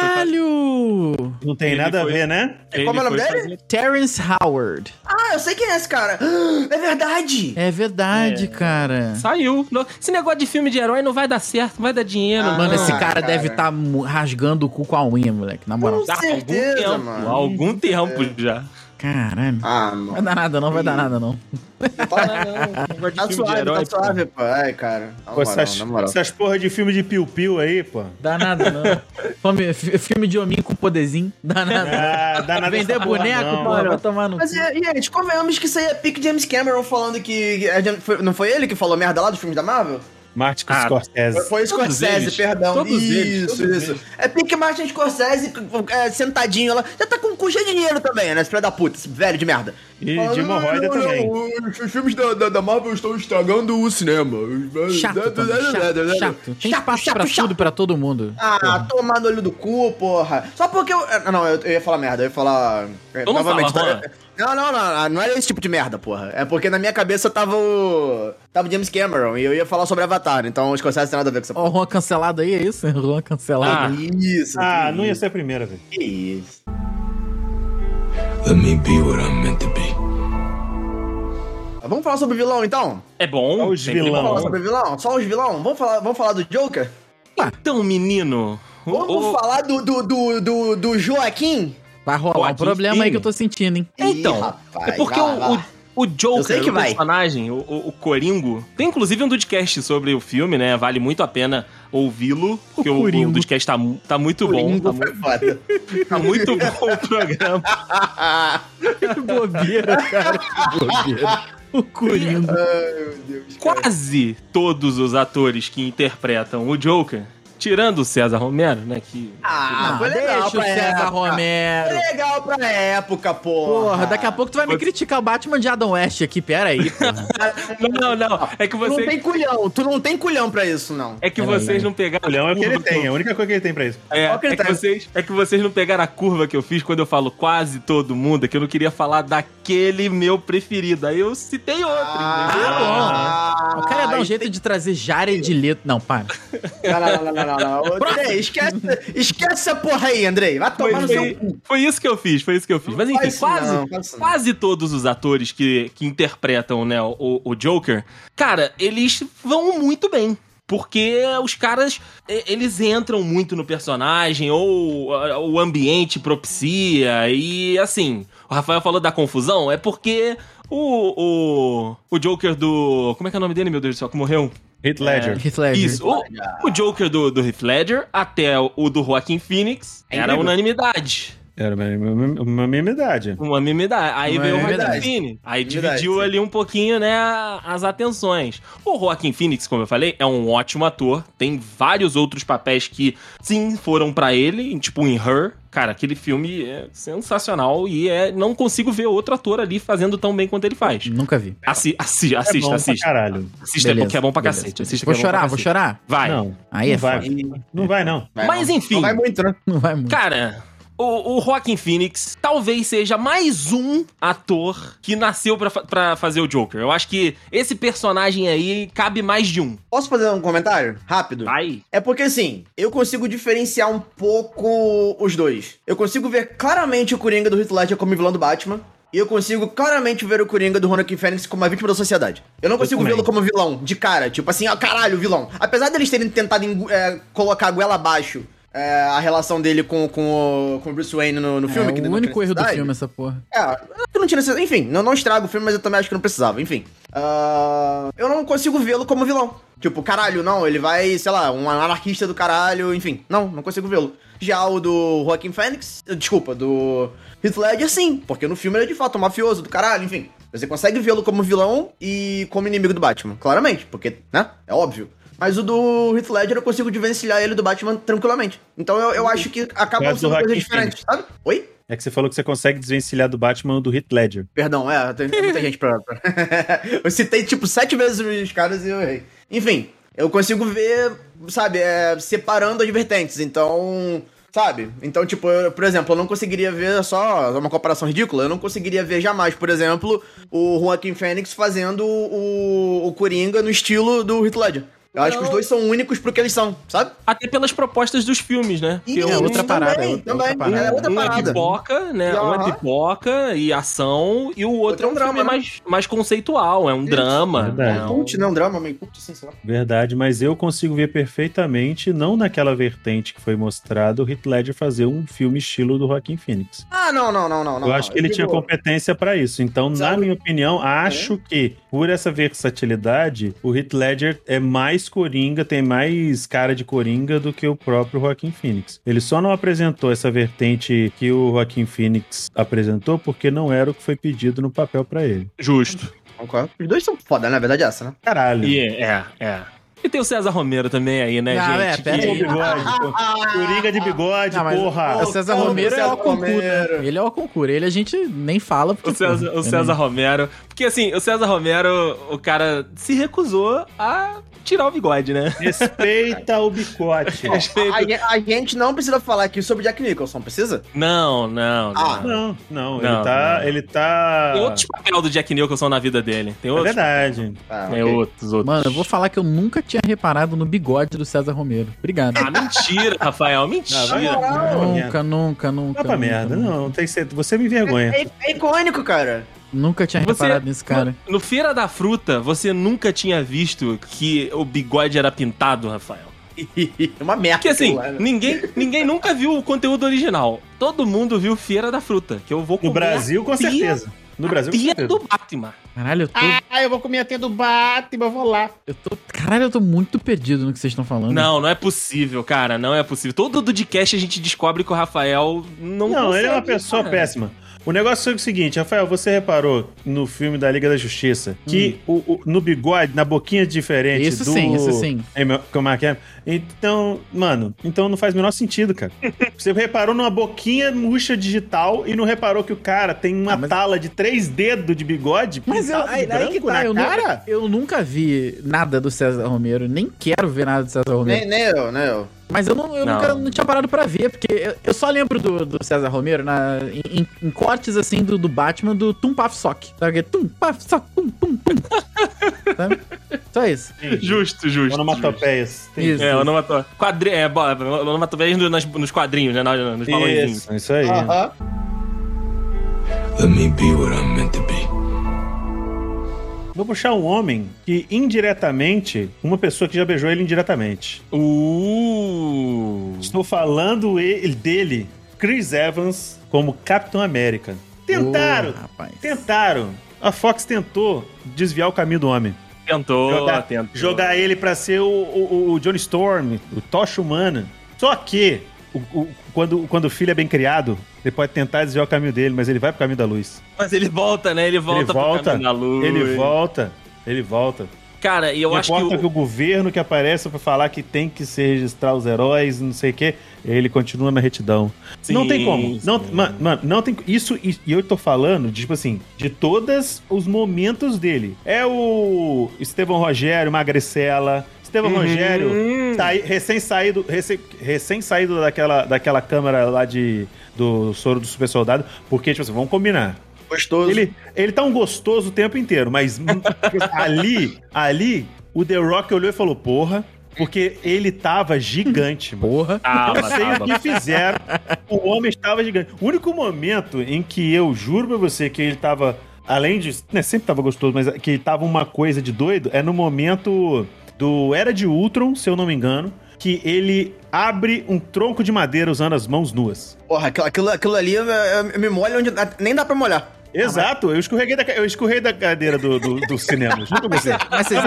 A: Caralho!
B: Não tem
C: Ele
B: nada
C: foi-
B: a ver, né?
C: Ele
D: Como é o nome
C: foi
D: dele?
C: fazer-
A: Terrence Howard.
D: Ah, eu sei quem é esse cara. É verdade.
A: É verdade, cara.
C: Saiu. Não- Esse negócio de filme de herói não vai dar certo, não vai dar dinheiro.
D: Ah,
A: Mano, esse
D: Ah,
A: cara,
D: cara.
A: deve estar rasgando o cu com a unha, moleque. Na moral.
D: Com certeza,
C: tá algum tempo,
D: mano.
C: há algum tempo já.
A: Caralho.
D: Ah,
A: Vai
D: mano.
A: dar nada, não vai dar nada, não.
D: Tá suave, tá suave, pô. Ai, cara. Na
B: Pô,
D: moral,
B: essas,
D: na moral.
B: essas porra de filme de piu-piu aí, pô.
A: Dá nada, não. Fome- fi- filme de homem com poderzinho. Dá nada.
B: Ah, dá nada
A: Vender
B: essa porra,
A: boneco,
B: não.
A: pô, vai tomar no cu.
D: Mas, é, gente, convenhamos que isso aí é pique James Cameron falando que... que a gente- foi- Não foi ele que falou merda lá dos filmes da Marvel?
B: Martin
C: Ah,
B: Scorsese.
D: Foi- Foi o
C: Todos
D: Scorsese,
C: eles.
D: perdão.
C: Todos
D: isso,
C: eles,
D: isso.
C: todos
D: É pique Martin Scorsese é, sentadinho lá. Já tá com o cu cheio de dinheiro também, né? Esse filho da puta, esse velho de merda.
B: E
D: Falando,
B: de hemorroida
D: "Não, não,
B: também.
D: os- Os filmes da, da- da Marvel estão estragando o cinema.
A: Chato, Tommy, chato, chato. Tem espaço pra tudo e pra todo mundo.
D: Ah, tomar no olho do cu, porra. Só porque eu. ah, Não, eu, eu ia falar merda, eu ia falar. é,
C: Então não fala,
D: tá- não, não, não, não era esse tipo de merda, porra. É porque na minha cabeça tava o. Tava o James Cameron e eu ia falar sobre Avatar, então os conselhos tem nada a ver com essa
A: Ó, o Juan cancelado aí, é isso? O Juan cancelado.
C: Ah.
D: Isso,
B: Ah,
D: que
B: não ia
D: isso,
B: ser a primeira, velho.
D: Que isso.
E: Let me be what I'm meant to be.
D: Vamos falar sobre vilão então?
C: É bom.
B: Os
C: sempre
B: vilão.
D: Vamos
C: bom.
D: falar sobre vilão? Só os vilão? Vamos falar, vamos falar do Joker?
C: Então, menino. o-
D: Vamos
C: o-
D: falar do, do, do, do, do Joaquim?
A: Vai rolar um
C: Joaquim
A: problema aí que eu
C: Phoenix.
A: tô sentindo, hein?
C: Então,
D: Ih, rapaz,
C: é porque
D: vai,
C: o,
D: vai.
C: o, o
D: Eu sei
C: Joker,
D: que
C: o
D: vai.
C: personagem, o, o, o Coringo, tem inclusive um podcast sobre o filme, né? Vale muito a pena ouvi-lo, porque o, o,
A: Coringo.
C: podcast tá, mu- tá muito
D: Coringa
A: Ah,
C: bom. Tá,
D: foi foda. Ah,
C: mu- tá muito bom o programa.
A: Que bobeira, cara. Que bobeira. O Coringa.
D: Ai, meu Deus. cara.
C: Quase todos os atores que interpretam o Joker, tirando o César Romero, né? Que
D: Ah,
A: Ah,
D: foi legal
A: deixa o
D: pra
A: César
D: época.
A: Romero.
D: Foi legal pra época, porra.
A: Porra, daqui a pouco tu vai me
C: Você-
A: criticar o Batman de Adam West aqui, pera aí, porra.
C: Não, não. É que
D: Ah, Tu não
C: você.
D: tem culhão, tu não tem culhão pra isso, não.
C: É um que
A: Peraí,
C: vocês não pegaram.
B: O leão é o que ele
C: curva
B: tem, é
C: eu-
B: a única coisa que ele tem pra isso.
C: É,
D: Qual que ele
C: é que
D: tem?
C: vocês, é que vocês não pegaram a curva que eu fiz quando eu falo quase todo mundo, é que eu não queria falar daquele meu preferido. Aí eu citei outro,
D: Ah,
C: entendeu?
A: O cara ia dar um jeito de trazer Jared Leto. Não, para.
D: Não, não, não, não, não, não. Andrei, esquece, esquece essa porra aí, Andrei. Vai tomar
C: Foi,
D: no
A: é.
D: seu cu.
C: foi, foi isso que eu fiz, foi isso que eu fiz. Mas enfim,
D: faz isso
C: quase,
D: não, faz isso não.
C: quase todos os atores que, que interpretam né, o, o Joker, cara, eles vão muito bem. Porque os caras, e- eles entram muito no personagem, ou ah, o ambiente propicia, e assim, o Rafael falou da confusão, é porque o, o, o Joker do... Como é que é o nome dele, meu Deus do céu, que morreu?
B: Heath Ledger.
A: Heath Ledger.
C: Isso. O, o Joker do, do Heath Ledger até o do Joaquin Phoenix
D: É
C: era
D: incrível.
C: unanimidade.
B: Era uma, uma, uma mesma idade.
C: Uma mimidade. Aí
A: Uma
C: veio o
A: mimidade.
C: Joaquin Phoenix. Aí
D: Mimidade,
C: dividiu
D: sim.
C: ali um pouquinho, né, a- as atenções. O Joaquin Phoenix, como eu falei, é um ótimo ator. Tem vários outros papéis que, sim, foram pra ele, em- tipo em Her. Cara, aquele filme é sensacional e é, não consigo ver outro ator ali fazendo tão bem quanto ele faz.
A: Nunca vi.
C: Assi, assi, assista,
B: é bom pra
C: assista.
B: caralho.
C: Assista, é bom,
A: Beleza,
C: que é bom pra
A: beleza.
C: cacete. Assista,
A: Vou
C: que é bom pra
A: chorar, vou
C: cacete.
A: chorar.
C: Vai.
B: Não,
A: Aí é
B: não vai.
A: foda.
B: Não vai, não.
D: Vai,
C: Mas
D: não.
C: enfim.
D: Não vai muito, né?
A: Não vai muito.
C: Cara, O, o Joaquin Phoenix talvez seja mais um ator que nasceu pra, fa- pra fazer o Joker. Eu acho que esse personagem aí cabe mais de um.
D: Posso fazer um comentário? Rápido.
C: Vai.
D: É porque assim, eu consigo diferenciar um pouco os dois. Eu consigo ver claramente o Coringa do Heath Ledger como vilão do Batman. E eu consigo claramente ver o Coringa do Joaquin Phoenix como uma vítima da sociedade. Eu não consigo
B: também.
D: vê-lo como vilão, de cara. Tipo assim, ah, caralho, vilão. Apesar deles terem tentado engo- é, colocar a goela abaixo é, a relação dele com, com, o, com o Bruce Wayne no, no filme.
A: é,
D: que
A: o
D: não
A: único
D: tinha
A: erro do
D: necessidade.
A: filme, essa porra.
D: É, eu não tinha necessidade. Enfim, não, não estrago o filme, mas eu também acho que não precisava. Enfim. Ah, eu não consigo vê-lo como vilão. Tipo, caralho, não, ele vai, sei lá, um anarquista do caralho, enfim. Não, não consigo vê-lo. Já o do Joaquim Phoenix, eh, desculpa, do Heath Ledger, sim, porque no filme ele é de fato um mafioso do caralho, enfim. Você consegue vê-lo como vilão e como inimigo do Batman, claramente, porque, né, é óbvio. Mas o do Heath Ledger eu consigo desvencilhar ele do Batman tranquilamente. Então eu, eu acho que acabam
B: Uhum. Mas do
D: sendo coisas
B: Joaquin
D: diferentes, sabe? Oi?
B: É que você falou que você consegue desvencilhar do Batman do Heath Ledger.
D: Perdão, é, tem tem muita gente pra. pra- eu citei tipo sete vezes os caras e eu errei. Enfim, eu consigo ver, sabe, é, separando advertentes, então. Sabe? Então, tipo, eu, por exemplo, eu não conseguiria ver só é uma comparação ridícula, eu não conseguiria ver jamais, por exemplo, o Joaquim Fênix fazendo o, o Coringa no estilo do Heath Ledger. Eu acho que os dois são únicos pro que eles são, sabe?
C: Até pelas propostas dos filmes, né? Porque
D: Isso,
C: um-
A: outra parada,
D: Também,
A: é outra-
D: também,
A: outra parada.
D: é outra
C: um é
D: parada.
C: pipoca, né?
D: E,
C: Um é
D: aham.
C: pipoca e ação, e o outro é
D: é
C: um,
D: um drama,
C: filme
D: né?
C: mais, mais conceitual, é um drama.
B: verdade.
C: né?
D: Um cult, né? Um drama meio cult, assim, sei lá.
B: Verdade, mas eu consigo ver perfeitamente, não naquela vertente que foi mostrado, o Heath Ledger fazer um filme estilo do Joaquin Phoenix.
D: Ah, não, não, não, não. não,
B: eu acho
D: não,
B: que ele tinha
D: digo-
B: competência pra isso. Então, na
D: Sabe? É.
B: minha opinião, acho que por essa versatilidade, o Heath Ledger é mais coringa, tem mais cara de coringa do que o próprio Joaquin Phoenix. Ele só não apresentou essa vertente que o Joaquin Phoenix apresentou porque não era o que foi pedido no papel pra ele.
C: Justo.
D: Concordo. Os dois são foda, na verdade, é essa, né?
B: Caralho.
C: E é, é, é. E tem o César Romero também aí, né,
A: Ah, é,
C: gente?
A: pera
B: Com
C: Que-
A: aí.
B: bigode, pô. Coringa de bigode,
A: Não, mas
B: porra.
A: O César
D: Ô, cara,
A: Romero é
D: César
A: o concurso,
D: Romero.
A: né? Ele é o concurso. Ele a gente nem fala. Porque,
C: O César,
A: pô,
C: o César
A: né?
C: Romero. Porque assim, o César Romero, o cara se recusou a tirar o bigode, né?
B: Respeita o bicote.
D: A, gen- a gente não precisa falar aqui sobre Jack Nicholson, precisa?
C: Não, não,
D: Ah,
C: não.
B: Não, não,
C: Não,
B: ele tá.
C: não.
B: Ele tá.
C: Tem outros papel do Jack Nicholson na vida dele. Tem
B: É
C: outros.
B: verdade.
D: Ah,
A: É
C: Tem outros, outros.
A: Mano, eu vou falar que eu nunca tinha reparado no bigode do César Romero. Obrigado.
C: Ah, mentira, Rafael,
B: Ah, vai
C: mentira.
B: lá, vai pra merda.
A: Nunca, nunca, nunca.
B: Vai pra
A: nunca,
B: merda,
A: nunca.
B: não. Tem que ser, você me envergonha.
D: É, é icônico, cara.
A: Nunca tinha
C: Você-
A: reparado nesse cara.
C: No Feira da Fruta, você nunca tinha visto que o bigode era pintado, Rafael.
D: É uma merda.
C: Porque assim,
D: aquilo lá, né?
C: ninguém, ninguém nunca viu o conteúdo original. Todo mundo viu Feira da Fruta, que eu vou
B: No
C: comer
B: Brasil, com
C: a tia-
B: certeza. No Brasil, com
C: tia
B: certeza.
C: do Batman.
A: Caralho, eu tô.
F: Ah, eu vou comer a teia do Batman, eu vou lá.
A: Eu tô. Caralho, eu tô muito perdido no que vocês estão falando.
C: Não, não é possível, cara. Não é possível. Todo do Dcast a gente descobre que o Rafael não
B: Não, ele é uma
C: consegue,
B: pessoa
C: cara.
B: péssima. O negócio foi o seguinte, Rafael, você reparou no filme da Liga da Justiça que
C: Hum.
B: o, o- no bigode, na boquinha diferente
A: Isso
B: do...
A: sim, isso sim.
B: Em- Como é que é? Então, mano, então não faz o menor sentido, cara. Você reparou numa boquinha murcha digital e não reparou que o cara tem uma
A: Ah, mas-
B: tala de três dedos de bigode
A: Mas eu,
B: pintado de
A: aí, aí que
B: branco
A: tá,
B: na
A: eu,
B: cara?
A: nunca, eu nunca vi nada do César Romero, nem quero ver nada do César Romero.
D: Nem, nem eu, nem eu.
A: Mas eu, não, eu
C: Não.
A: nunca não tinha parado pra ver, porque eu, eu só lembro do, do César Romero na, em, em- em cortes assim do, do Batman do Tum Paf Sock. Sabe o que? Tum Paf Sock, Tum Pum Pum. Sabe? Só isso.
C: Justo, justo.
B: Onomatopeias. Tem-
A: Isso.
C: justo. É, onomato... Quadri... é, bo- onomatopeias no- nas- nos quadrinhos, né? Nos nos balãozinhos.
B: Isso, isso aí.
D: Aham.
E: Let me be what I'm meant to be.
B: Vou puxar um homem que indiretamente, uma pessoa que já beijou ele indiretamente.
C: Uh.
B: Estou falando ele, dele, Chris Evans, como Capitão América. Tentaram,
A: Ô, rapaz.
B: tentaram. A Fox tentou desviar o caminho do homem.
C: Tentou,
B: Jogar,
C: tentou.
B: jogar ele pra ser o, o, o Johnny Storm, o Tocha Humana. Só que, o- o- quando, quando o filho é bem criado, ele pode tentar desviar o caminho dele, mas ele vai pro caminho da luz.
C: Mas ele volta, né? Ele volta
B: ele volta,
C: caminho da luz.
B: ele volta, ele volta.
C: Cara, e eu
B: Não
C: acho que...
B: importa
C: o-
B: que o governo que aparece pra falar que tem que se registrar os heróis, não sei o quê, ele continua na retidão.
C: Sim,
B: não tem como. Não,
C: sim.
B: mano, mano, não tem isso e e eu tô falando, tipo assim, de todos os momentos dele. É o Estevão Rogério, Magricela, Estevam
C: Uhum.
B: Rogério,
C: Hum.
B: sai- recém-saído recém, recém-saído daquela, daquela câmara lá de, do soro do super soldado, porque, tipo assim, vamos combinar.
D: Gostoso.
B: Ele, ele tá um gostoso o tempo inteiro, mas ali, ali, o The Rock olhou e falou, porra, porque ele tava gigante, mano.
A: Porra.
C: Tava,
B: Eu sei o
C: tava.
B: que fizeram. O homem estava gigante. O único momento em que eu juro pra você que ele tava. Além de. Né, sempre tava gostoso, mas que ele tava uma coisa de doido é no momento do Era de Ultron, se eu não me engano, que ele abre um tronco de madeira usando as mãos nuas.
D: Porra, aquilo- aquilo, aquilo ali eu, eu- eu me molho onde nem dá pra molhar.
B: Exato, eu escorreguei da, ca- eu escorrei da cadeira do, do, do cinema. Juro pra você.
A: Mas vocês, acham
B: Tava
A: que tem,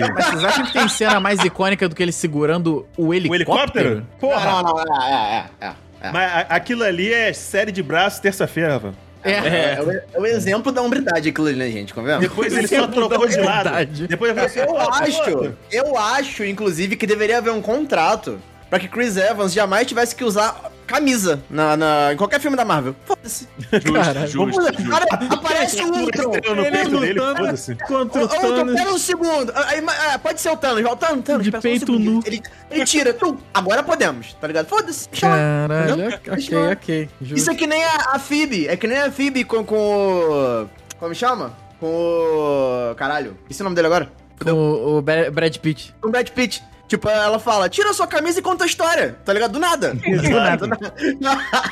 B: escorregadinho.
A: mas vocês acham que tem cena mais icônica do que ele segurando o helicóptero?
B: O helicóptero?
D: Não,
B: Porra!
D: não, não, é, é, é. é.
B: Mas a- aquilo ali é série de braços terça-feira, velho.
A: É.
D: É, o, é o exemplo da hombridade aquilo ali, né, gente? Convenhamos?
B: Depois ele só trocou de
A: Verdade.
B: lado. Depois ele falou
D: Eu
A: Tá
B: assim, "Ó,
D: acho, eu acho, inclusive, que deveria haver um contrato pra que Chris Evans jamais tivesse que usar camisa na, na- em qualquer filme da Marvel. Foda-se.
A: Cara,
C: Justo, justo, justo.
D: Cara, aparece o Ultron.
B: Estreou no peito dele, foda-se.
D: Ô,
A: contra
D: ô, Ultron, pera um segundo. Aí, ma- ah, pode ser o Thanos, vai. o Thanos, Thanos,
A: De
D: espera só um
A: peito
D: segundinho.
A: nu.
D: Ele, ele tira, tum, agora podemos, tá ligado? Foda-se, deixa lá.
A: Caralho,
D: Entendeu? Deixa
A: ok,
D: lá.
A: ok. Justo.
D: Isso é que nem a, a Phoebe, é que nem a Phoebe com, com o... Como chama? Com o... Caralho, esse é o nome dele agora?
A: Com o, o Bra- Brad Pitt.
D: Com o Brad Pitt. Tipo, ela fala, tira sua camisa e conta a história, tá ligado? Do nada. Do
B: Exato.
D: nada.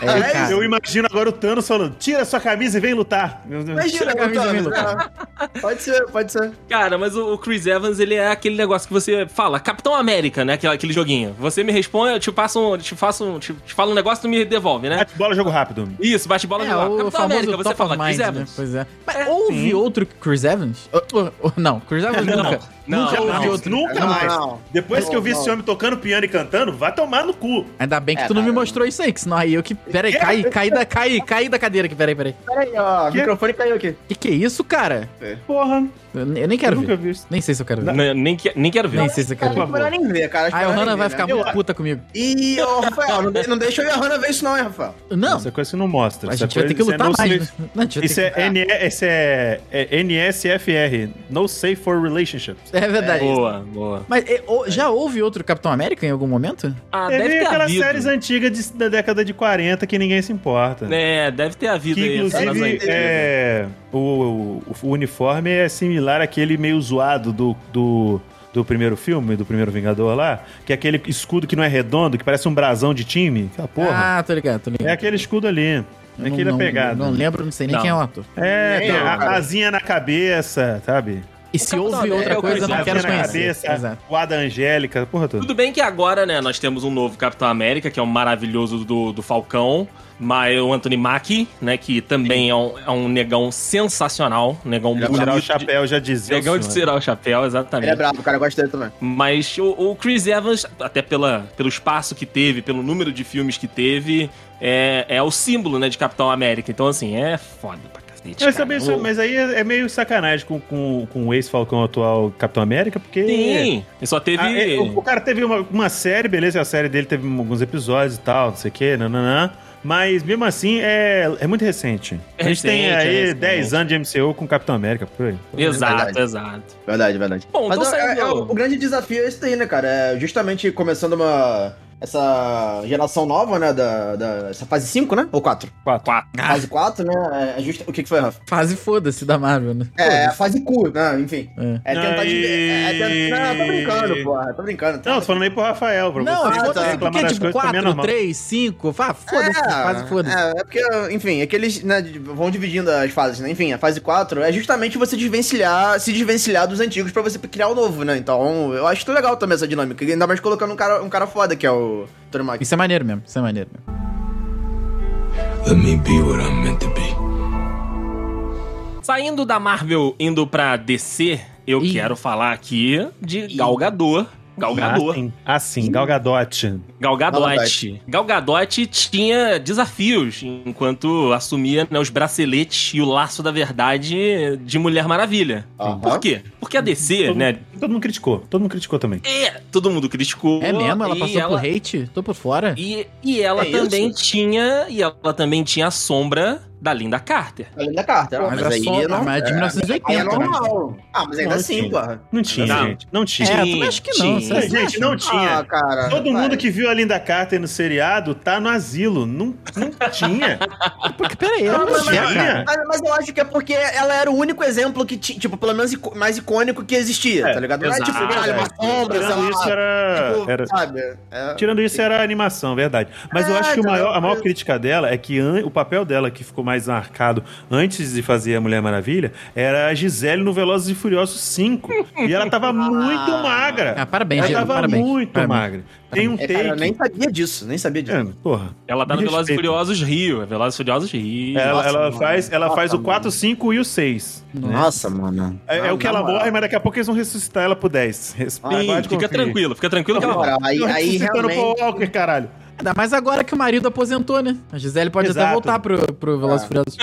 D: É,
A: cara.
D: isso.
B: Eu imagino agora o Thanos falando: tira sua camisa e vem lutar.
D: Imagina,
A: Tira a camisa
D: Thanos,
A: e vem
D: é. Pode ser, pode ser.
C: Cara, mas o o Chris Evans, ele é aquele negócio que você fala, Capitão América, né? Aquele, aquele joguinho. Você me responde, eu te passo um, te faço um, te, te falo um negócio e tu me devolve, né?
B: Bate bola, jogo rápido.
C: Isso, bate bola
A: É,
C: de lá.
A: o
C: Capitão
A: famoso
C: América,
A: top
C: você fala,
A: of
C: Chris
A: mind, né?
C: Evans.
A: Pois é. Mas houve outro Chris Evans? Ah, ah, ah, não, Chris Evans
C: Não,
A: nunca.
C: não,
A: nunca
C: não,
A: houve
C: não.
A: outro.
B: Nunca
D: Não,
B: mais.
D: não.
B: Depois que eu vi
D: Não,
B: esse
D: não.
B: homem tocando piano e cantando, vai tomar no cu.
A: Ainda bem que
D: É,
A: tu não me
D: cara.
A: mostrou isso aí, que senão aí eu que... Peraí, cai, cai, da, cai, cai da cadeira aqui, peraí, peraí.
D: Peraí, ó, o
B: Que?
D: microfone caiu aqui.
A: Que que é isso, cara?
B: Porra,
A: Eu ne- eu nem quero
B: nunca
A: ver.
B: vi isso.
A: Nem sei se eu quero ver.
C: N- Nem, que- nem quero ver.
A: Nem sei se eu quero
D: Acho que
A: ver.
D: é melhor nem ver, cara. acho
A: A
D: melhor
A: Johanna
D: nem
A: vai
D: ver,
A: ficar
D: né?
A: muito puta comigo.
D: Ih, ô, Rafael, não, de- não deixa eu e a Johanna ver isso não, hein, Rafael.
A: Não,
B: Essa é coisa você não mostra.
A: a
B: Essa
A: gente vai
B: coisa-
A: ter que
B: isso é
A: lutar
B: no
A: mais.
B: safe-
A: né? Não, a gente vai ter
B: Isso
A: que-
B: é, N- esse é, é NSFR No Safe for Relationships.
A: É verdade.
C: Boa, boa.
A: Mas é, o- já houve outro Capitão América em algum momento?
C: Ah,
B: Teve
C: deve ter
B: É aquelas
C: havido.
B: séries antigas de- da década de 40 que ninguém se importa.
A: Né,
C: É, deve ter havido
B: Que
C: aí,
A: tá
C: cenas
B: inclusive
C: antigas.
B: é, o, o- o uniforme é similar àquele meio zoado do, do, do primeiro filme, do primeiro Vingador lá, que é aquele escudo que não é redondo, que parece um brasão de time. Aquela porra.
A: Ah, tô ligado, tô ligado.
B: é aquele escudo ali. É aquele apegado.
A: Não lembro, não sei nem
C: Não.
A: quem é o ator.
B: é, tem
D: Não,
B: a
D: cara.
B: asinha na cabeça, sabe?
A: E se
C: Capitão
A: houve outra
C: América, o
A: coisa, eu
C: Chris
A: não
B: Asinha
A: quero
B: é, na
A: conhecer.
B: cabeça,
A: Exato.
B: guarda angélica, porra toda.
C: Tudo bem que agora, né, nós temos um novo Capitão América, que é um maravilhoso do, do Falcão, mas o Anthony Mackie, né, que também é um, é um negão sensacional, negão
B: Ele
C: bonito
B: tirar o
C: de-
B: chapéu, já dizia. o
C: Negão de
B: senhor.
C: tirar o chapéu,
D: Ele é
C: exatamente.
D: brabo, cara, eu gosto dele também.
C: Mas o, o Chris Evans, até pela, pelo espaço que teve, pelo número de filmes que teve, é, é o símbolo, né, de Capitão América. Então, assim, é foda pra cacete,
B: Mas,
C: cara.
B: também,
C: O-
B: mas aí é é meio sacanagem com, com, com o ex-Falcão atual Capitão América, porque.
C: Sim, ele só teve...
B: Ah, é, o, o cara teve uma, uma série, beleza, a série dele teve alguns episódios e tal, não sei o que, nananã. Mas mesmo assim, é, é muito recente.
C: É
B: a gente tem
C: recente, é
B: aí
C: recente.
B: 10 anos de MCU com Capitão América, por aí.
C: Exato,
D: Verdade.
C: exato.
D: Verdade, verdade.
C: Bom,
D: Mas
C: então
D: é-
C: saindo...
D: é- o, o grande desafio é esse daí, né, cara? É justamente começando uma. Essa geração nova, né? Da, da- essa fase 5, né? Ou 4?
B: Quatro.
D: Fase 4, né? É justa... O que, que foi, Rafa?
A: Fase foda-se da Marvel, né?
D: É, a fase cu, né? Enfim.
A: É.
D: É tentar.
B: Aí.
D: De... É tentar... Não, eu tô brincando, porra. eu Tô brincando.
B: Não, tô falando aí pro Rafael, pra
A: Não,
B: você
D: tá.
A: foda-se,
B: reclamar
A: porque
B: das
A: tipo
B: coisas, também é
A: 4,
B: normal.
A: 3, 5, vá, foda-se, fase foda-se.
D: É, é porque, enfim, é que eles né, vão dividindo as fases, né? Enfim, a fase 4 é justamente você desvencilhar, se desvencilhar dos antigos pra você criar o novo, né? Então, eu acho legal também essa dinâmica. Ainda mais colocando um cara, um cara foda que é o Tony Mack.
A: Isso é maneiro mesmo, isso é maneiro mesmo.
E: Let me be what I'm meant to be.
C: Saindo da Marvel, indo pra DC, eu
A: Ih.
C: quero falar aqui de Galgador. Galgador.
B: Assim, assim Galgadote.
C: Galgadote. Galgadote tinha desafios enquanto assumia né, os braceletes e o laço da verdade de Mulher Maravilha.
D: Aham.
C: Por quê? Porque a DC, né,
B: Todo mundo criticou. Todo mundo criticou também.
C: E todo mundo criticou.
A: É mesmo? Ela
C: e
A: passou por hate? Tô por fora?
C: E, e ela
D: É
C: também
D: isso?
C: tinha. E ela também tinha a sombra da Linda Carter.
D: Além da carta.
A: Mas, a sombra, mas de
D: é Aí é
A: 1980, né?
D: normal. Ah, mas ainda
B: Não,
D: assim,
B: sim.
D: porra.
B: Não tinha,
C: Não.
B: gente. Não tinha.
A: É, eu
C: Tinha,
A: também acho que não.
C: tinha.
A: vocês
B: Gente, não
D: Ah,
B: tinha.
D: cara.
B: Todo
D: vai.
B: mundo que viu a Linda Carter no seriado tá no asilo. Não, não tinha.
A: acham? Porque, peraí, ela
D: Não,
A: não
D: mas,
A: tinha,
B: não
A: cara.
B: tinha.
D: mas- mas eu acho que é porque ela era o único exemplo que tinha, tipo, pelo menos ico- mais icônico que existia,
B: É,
D: tá ligado? Não é
C: exato.
D: tipo, caralho, uma sombra, sei
B: Tirando
D: lá.
B: isso era.
D: tipo,
B: era-
D: sabe? É.
B: Tirando isso, era animação, verdade. Mas eu
D: É,
B: acho que o
D: cara,
B: maior- a maior
D: eu-
B: crítica dela é que an- o papel dela que ficou mais marcado antes de fazer a Mulher Maravilha era a Gisele no Velozes e Furiosos 5. e ela tava muito magra.
A: Ah, parabéns,
B: ela
A: Diego,
B: tava
A: parabéns.
B: muito
A: parabéns.
B: magra. Tem um
D: É,
B: take.
D: cara, eu nem sabia disso, nem sabia disso.
B: É, porra.
C: Ela tá no
B: Me
C: Velozes e
B: respeita.
C: Furiosos Rio. É Velozes e Furiosos Rio.
B: Ela,
D: Nossa,
B: ela
D: mano.
B: faz, ela
D: Nossa,
B: faz o
D: mano.
B: 4, 5 e o 6.
D: Nossa, mano.
B: né? É, é o que ela
D: Na moral.
B: morre, mas daqui a pouco eles vão ressuscitar ela pro 10. Res-
D: Ah,
C: Sim,
B: Pode
C: fica
B: conferir.
C: tranquilo, fica tranquilo que ela
D: Na
C: vai.
D: moral, Aí,
B: Estão
D: aí
B: ressuscitando o Paul
D: realmente.
B: Walker, caralho.
A: Ainda mais agora que o marido aposentou, né? A Gisele pode até
B: Exato.
A: voltar pro, pro
D: Ah,
A: Velozes e Furiosos.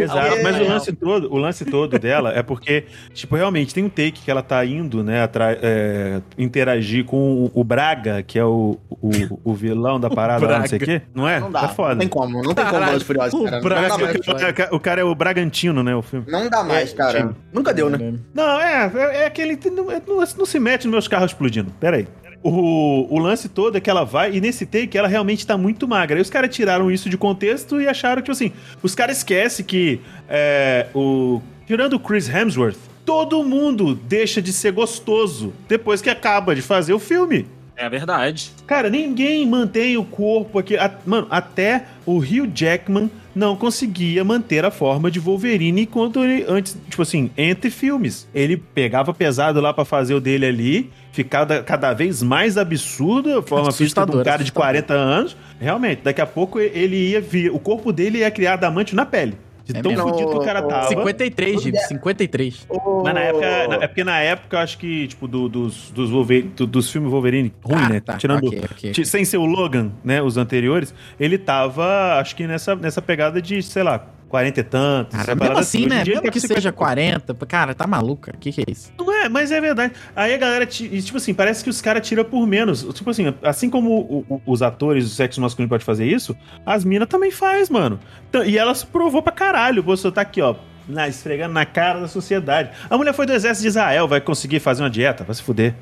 B: Exato,
D: É,
B: mas o
D: é.
B: lance todo, o lance todo dela é porque, tipo, realmente tem um take que ela tá indo, né, atra- é, interagir com o, o Braga, que é o, o, o vilão da parada, lá, não sei o quê. Não é?
D: Não dá.
B: tá foda.
D: Não tem como, não tem como
A: Caralho,
D: Velozes e Furiosos,
A: o
D: cara. Não
B: Braga,
D: dá
B: que
D: mais. né?
B: o cara- o cara é o Bragantino, né, o filme.
D: Não dá mais,
B: um
D: cara. Nunca deu, né?
B: Não, é, é, é aquele. Não, é- não- não se mete nos meus carros explodindo. Pera aí. O, o lance todo é que ela vai, e nesse take ela realmente tá muito magra. E os caras tiraram isso de contexto e acharam, tipo assim, os caras esquecem que é, o. Tirando o Chris Hemsworth, todo mundo deixa de ser gostoso depois que acaba de fazer o filme.
C: É verdade.
B: Cara, ninguém mantém o corpo aqui. A- mano, até o Hugh Jackman não conseguia manter a forma de Wolverine quando ele, antes, tipo assim, entre filmes. Ele pegava pesado lá pra fazer o dele ali, ficava cada vez mais absurdo a forma física de um
A: Assustador,
B: cara de
A: assustador.
B: 40 anos. Realmente, daqui a pouco ele ia vir, o corpo dele ia criar adamante na pele. De
A: É
B: tão
A: mesmo.
B: fudido que o cara tava.
A: 53, Gibi, 53.
B: Mas na época, na- é porque na época eu acho que, tipo, do- dos, dos, Wolverine, do- dos filmes Wolverine, ruim,
A: Ah,
B: né?
A: tá,
B: Tirando,
A: ok, ok.
B: ti- Sem ser o Logan, né? Os anteriores, ele tava, acho que nessa, nessa pegada de, sei lá, 40 e tantos. essa
A: Cara, mesmo
B: parada
A: assim,
B: Hoje em
A: né?
B: dia ele
A: Mesmo
B: tá
A: que
B: com 50
A: seja 40, cara, tá maluca. O que que é isso?
B: não é, mas é verdade. Aí a galera, ti- e, tipo assim, parece que os caras tiram por menos. Tipo assim, assim como o- o- os atores do sexo masculino podem fazer isso, as minas também faz, mano. Então, E ela se provou pra caralho. Você tá aqui, ó, na, esfregando na cara da sociedade. A mulher foi do exército de Israel, vai conseguir fazer uma dieta, vai se fuder.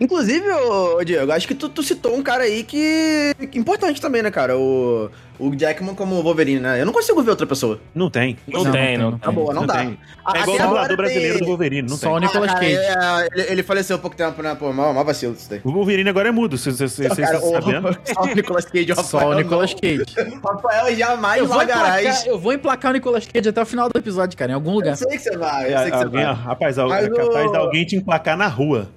D: Inclusive, ô, ô, Diego, acho que tu, tu citou um cara aí que. que Importante também, né, cara? O. O Jackman como Wolverine, né? Eu não consigo ver outra pessoa.
B: Não tem.
C: Não, tem, não.
D: Tá boa, não, dá.
B: tem.
D: A-
B: É igual o
D: até agora
B: dublador
D: tem-
B: brasileiro do Wolverine, não
A: Só o
B: tem.
A: Nicolas
D: Ah, cara,
A: Cage.
D: é, Ele, ele faleceu há pouco tempo, né? Pô, mal, mal vacilo isso daí.
B: O Wolverine agora é mudo, vocês vocês- vocês
D: Cara,
B: estão
D: o-
B: sabendo.
D: Só É o Nicolas Cage, o
A: Só o
D: Rafael
A: Nicolas
D: não.
A: Cage.
D: O Rafael jamais
A: Eu vou,
D: largará
A: emplacar,
D: isso.
A: eu vou emplacar o Nicolas Cage até o final do episódio, cara, em algum
D: Eu
A: lugar.
D: sei que você vai, eu sei que você
B: É, Alguém,
D: vai.
B: rapaz, al-
D: Mas
B: é capaz
D: o-
B: de alguém te emplacar na rua.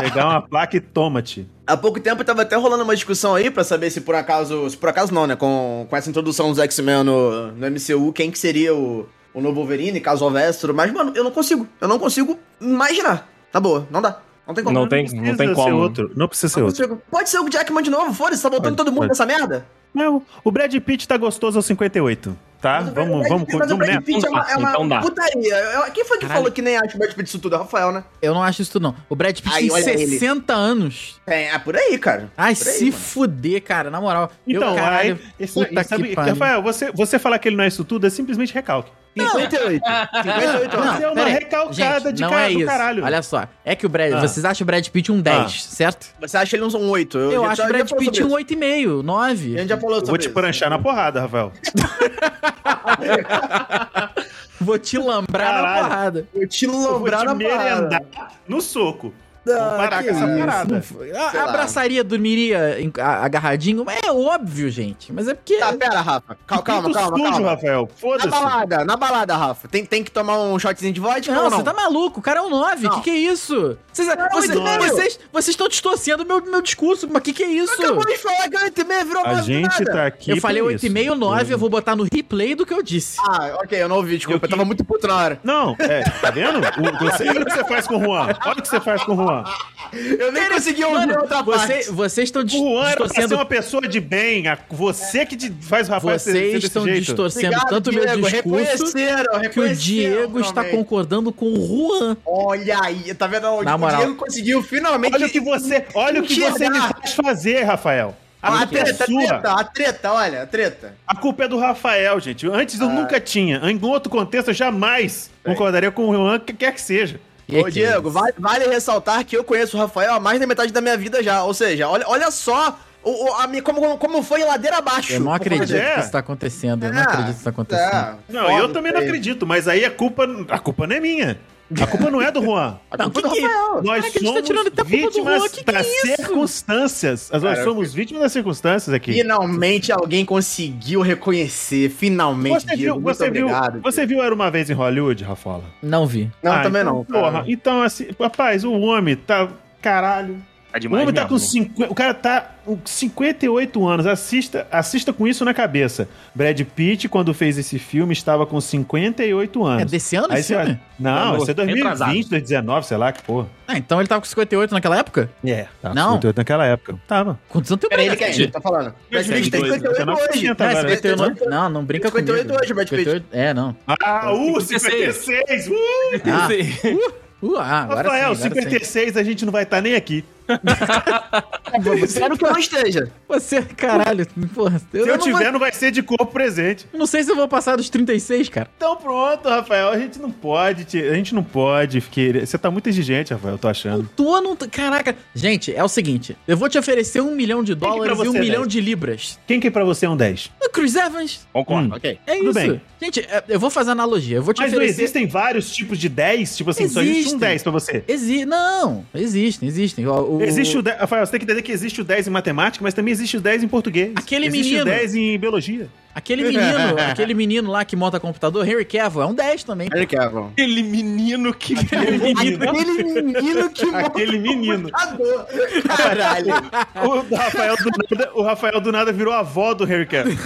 B: Pegar uma placa e toma-te.
D: Há pouco tempo tava até rolando uma discussão aí pra saber se por acaso. Se por acaso não, né? Com, com essa introdução dos X-Men no, no MCU, quem que seria o, o novo Wolverine, caso houvesse tudo mais. Mano, eu não consigo. Eu não consigo imaginar. Tá boa, não dá. Não tem como.
C: Não tem,
B: Precisa
C: não tem
B: Ser
C: como.
B: outro. Não precisa ser
D: Não
B: outro.
D: consigo. Pode ser o Jackman de novo, foda-se, tá botando
B: Pode,
D: todo mundo
B: pode.
D: nessa merda?
B: Não, o Brad Pitt tá gostoso aos 58. Tá?
D: Mas o Brad
B: Vamos, vamos,
D: Pitt- mas o
B: vamos
D: Brad
B: nessa.
D: Pitt é uma, é uma
C: Então dá.
D: putaria. Eu- Quem foi que
A: Caralho.
D: falou que nem acha o Brad Pitt isso tudo? É o Rafael, né?
A: Eu não acho isso tudo, não. O Brad Pitt
D: Aí,
A: tem
D: olha ele.
A: 60 anos.
D: É, é por aí, cara.
A: Ai,
D: Por aí,
A: se
D: mano.
A: fuder, cara, na moral.
B: Então,
A: eu,
B: aí.
A: caralho,
B: Isso,
A: puta
B: isso, sabe,
A: que pariu.
B: Rafael, você, você falar que ele não é isso tudo é simplesmente recalque.
D: 58. 58
B: Não,
D: anos.
B: Você é uma
A: pera aí.
B: recalcada
A: Gente,
B: de
A: não
B: cara-
A: é
B: do
A: isso.
B: caralho.
A: Olha só, é que o Brad,
B: Ah.
A: vocês acham o Brad Pitt um 10, certo?
D: Você acha ele uns um 8?
A: Eu,
D: já-
A: acho o
D: já
A: Brad
D: falou
A: Pitt um
D: sobre isso.
A: 8,5, 9.
D: A gente já falou
B: Eu
D: sobre
B: vou te
D: isso.
B: pranchar na porrada, Rafael.
A: Vou te lambrar
B: Caralho.
A: na porrada.
D: Eu te
B: Eu vou
D: lambrar
B: te
D: na parada.
B: merendar no soco.
D: Ah,
B: Vamos parar
D: que
B: com essa
D: isso.
B: parada.
A: A-
D: Sei lá.
A: abraçaria, dormiria em- a- agarradinho? É óbvio, gente. Mas é porque.
D: Tá, pera, Rafa. Cal- Calma,
B: Pinto
D: calma,
B: sujo,
D: calma. Tá
B: Rafael.
D: Na
B: Foda-se.
D: balada, na balada, Rafa. Tem, tem que tomar um shotzinho de vodka
A: Não,
D: ou não?
A: você tá maluco, o cara é um 9,
D: Não.
A: que que é isso? Vocês vocês-
D: não.
A: vocês- vocês estão distorcendo meu, meu discurso, mas que que é isso?
D: Acabou de falar que 8 e meia virou
B: A
D: nove do
B: gente
D: nada.
B: tá aqui.
A: eu falei
B: por
A: 8,5,
B: isso.
A: 9, eu vou botar no replay do que eu disse.
D: Uhum. Ah, ok, eu não ouvi, desculpa. Eu,
B: Eu que-
D: tava muito puto na hora.
B: Não, é, tá vendo? O- você, olha o que você faz com o Juan. Olha o que você faz com o Juan.
D: Eu nem consegui ouvir
A: Mano,
D: outra parte.
A: você, vocês estão dis-
B: O Juan era pra ser
A: distorcendo.
B: uma pessoa de bem. a- Você que de- faz o Rafael ser
A: Vocês estão distorcendo tanto o meu discurso
D: reconheceram,
A: que o
D: reconheceram
A: Diego está
D: finalmente.
A: concordando com o Juan.
D: Olha aí, tá vendo? O
A: Na moral.
D: Diego conseguiu finalmente...
B: Olha o que você, olha o que
D: Enxergar.
B: você me faz fazer, Rafael.
D: Ah,
B: A
D: A
B: culpa é
D: treta, a
B: sua.
D: treta, a treta, olha, a treta.
B: A culpa é do Rafael, gente. Antes eu nunca tinha. Em outro contexto, eu jamais concordaria com o Juan, que quer que seja.
A: E
D: Ô,
A: que
D: Diego,
A: isso?
D: vale, vale ressaltar que eu conheço o Rafael há mais da metade da minha vida já. Ou seja, olha, olha só o, o- a minha- como, como- como foi ladeira abaixo.
A: Eu não acredito
B: é.
A: que isso tá acontecendo. Eu não
D: É,
A: acredito que isso tá acontecendo.
D: Ah,
B: Não, eu também não acredito, mas aí a culpa, a culpa não é minha. A culpa não é do Juan.
A: Não, que que-
B: Nós
A: Caraca, a gente tá
B: somos
A: tirando até a culpa do
B: vítimas
A: Juan, que que é
B: das
A: isso?
B: circunstâncias. Nós
D: Cara, eu
B: somos vítimas das circunstâncias aqui.
D: Finalmente alguém conseguiu reconhecer. Finalmente,
B: Você
D: Diego.
B: viu,
D: muito
B: você, viu,
D: obrigado.
B: você viu Era Uma Vez em Hollywood, Rafaela?
A: Não vi.
D: Não,
B: Ah,
D: também
B: então,
D: não. cara.
B: Porra, então assim, rapaz, o homem tá. Caralho.
C: Tá
B: o homem tá
C: mesmo.
B: com 50. O cara tá com 58 anos. Assista, assista com isso na cabeça. Brad Pitt, quando fez esse filme, estava com 58 anos.
A: É desse ano
B: Aí
A: esse
B: você vai-
A: filme?
B: Não,
C: Tá
B: esse é
C: novo,
B: 2020,
C: retrasado.
B: 2019, sei lá que porra.
A: Ah, então ele tava com 58 naquela época?
B: É, tava
A: Não.
B: 58 naquela época. Tava.
A: Quantos anos tem o
D: Peraí, ele
A: Brad
D: quer
A: Pitt?
D: ele tá falando. Brad
C: Mas
D: Pitt tem
C: 58,
D: 58 hoje.
B: 59%
A: Não, é
B: agora.
A: 58 não, não brinca
D: 58
A: comigo.
D: hoje, Brad Pitt.
A: 58 É, não.
B: Ah, uh,
C: 56.
B: 56! Uh,
A: Ah,
C: Sim.
A: uh, ah, agora
B: Rafael,
A: sim, agora sim.
B: 56, a gente não vai estar nem aqui.
D: Espero que eu não esteja.
A: Você, caralho, porra. Eu,
B: Se eu
A: não
B: tiver,
A: Vou,
B: não vai ser de corpo presente.
A: eu não sei se eu vou passar dos 36, cara.
B: Então pronto, Rafael, a gente não pode, te- a gente não pode querer. Você tá muito exigente, Rafael, eu tô achando.
A: Tô não. tô- Caraca. Gente, é o seguinte. Eu vou te oferecer um milhão de
B: pra
A: dólares e um
B: você,
A: milhão
B: dez?
A: de libras.
B: Quem que pra você é um 10?
A: O Chris Evans.
C: Concordo.
A: Ok. É
B: Tudo
A: isso.
B: bem.
A: Gente, é, eu vou fazer analogia. Eu vou te
B: Mas não
A: oferecer.
B: existem vários tipos de 10? Tipo assim, só existe
A: Existem.
B: um 10 pra você.
A: Exi... Não, existem, existem. O- o-
B: Existe o 10, Rafael, você tem que entender que existe o 10 em matemática, mas também existe o 10 em português.
A: Aquele
B: existe
A: menino.
B: o 10 em biologia.
A: Aquele menino, aquele menino lá que monta computador, Henry Cavill, é um 10 também.
D: Ele quer, bom.
C: Aquele menino que.
D: Aquele menino que
B: Aquele menino.
D: Adoro. Caralho.
B: O Rafael do nada, o Rafael do nada virou a avó do Harry Cavill.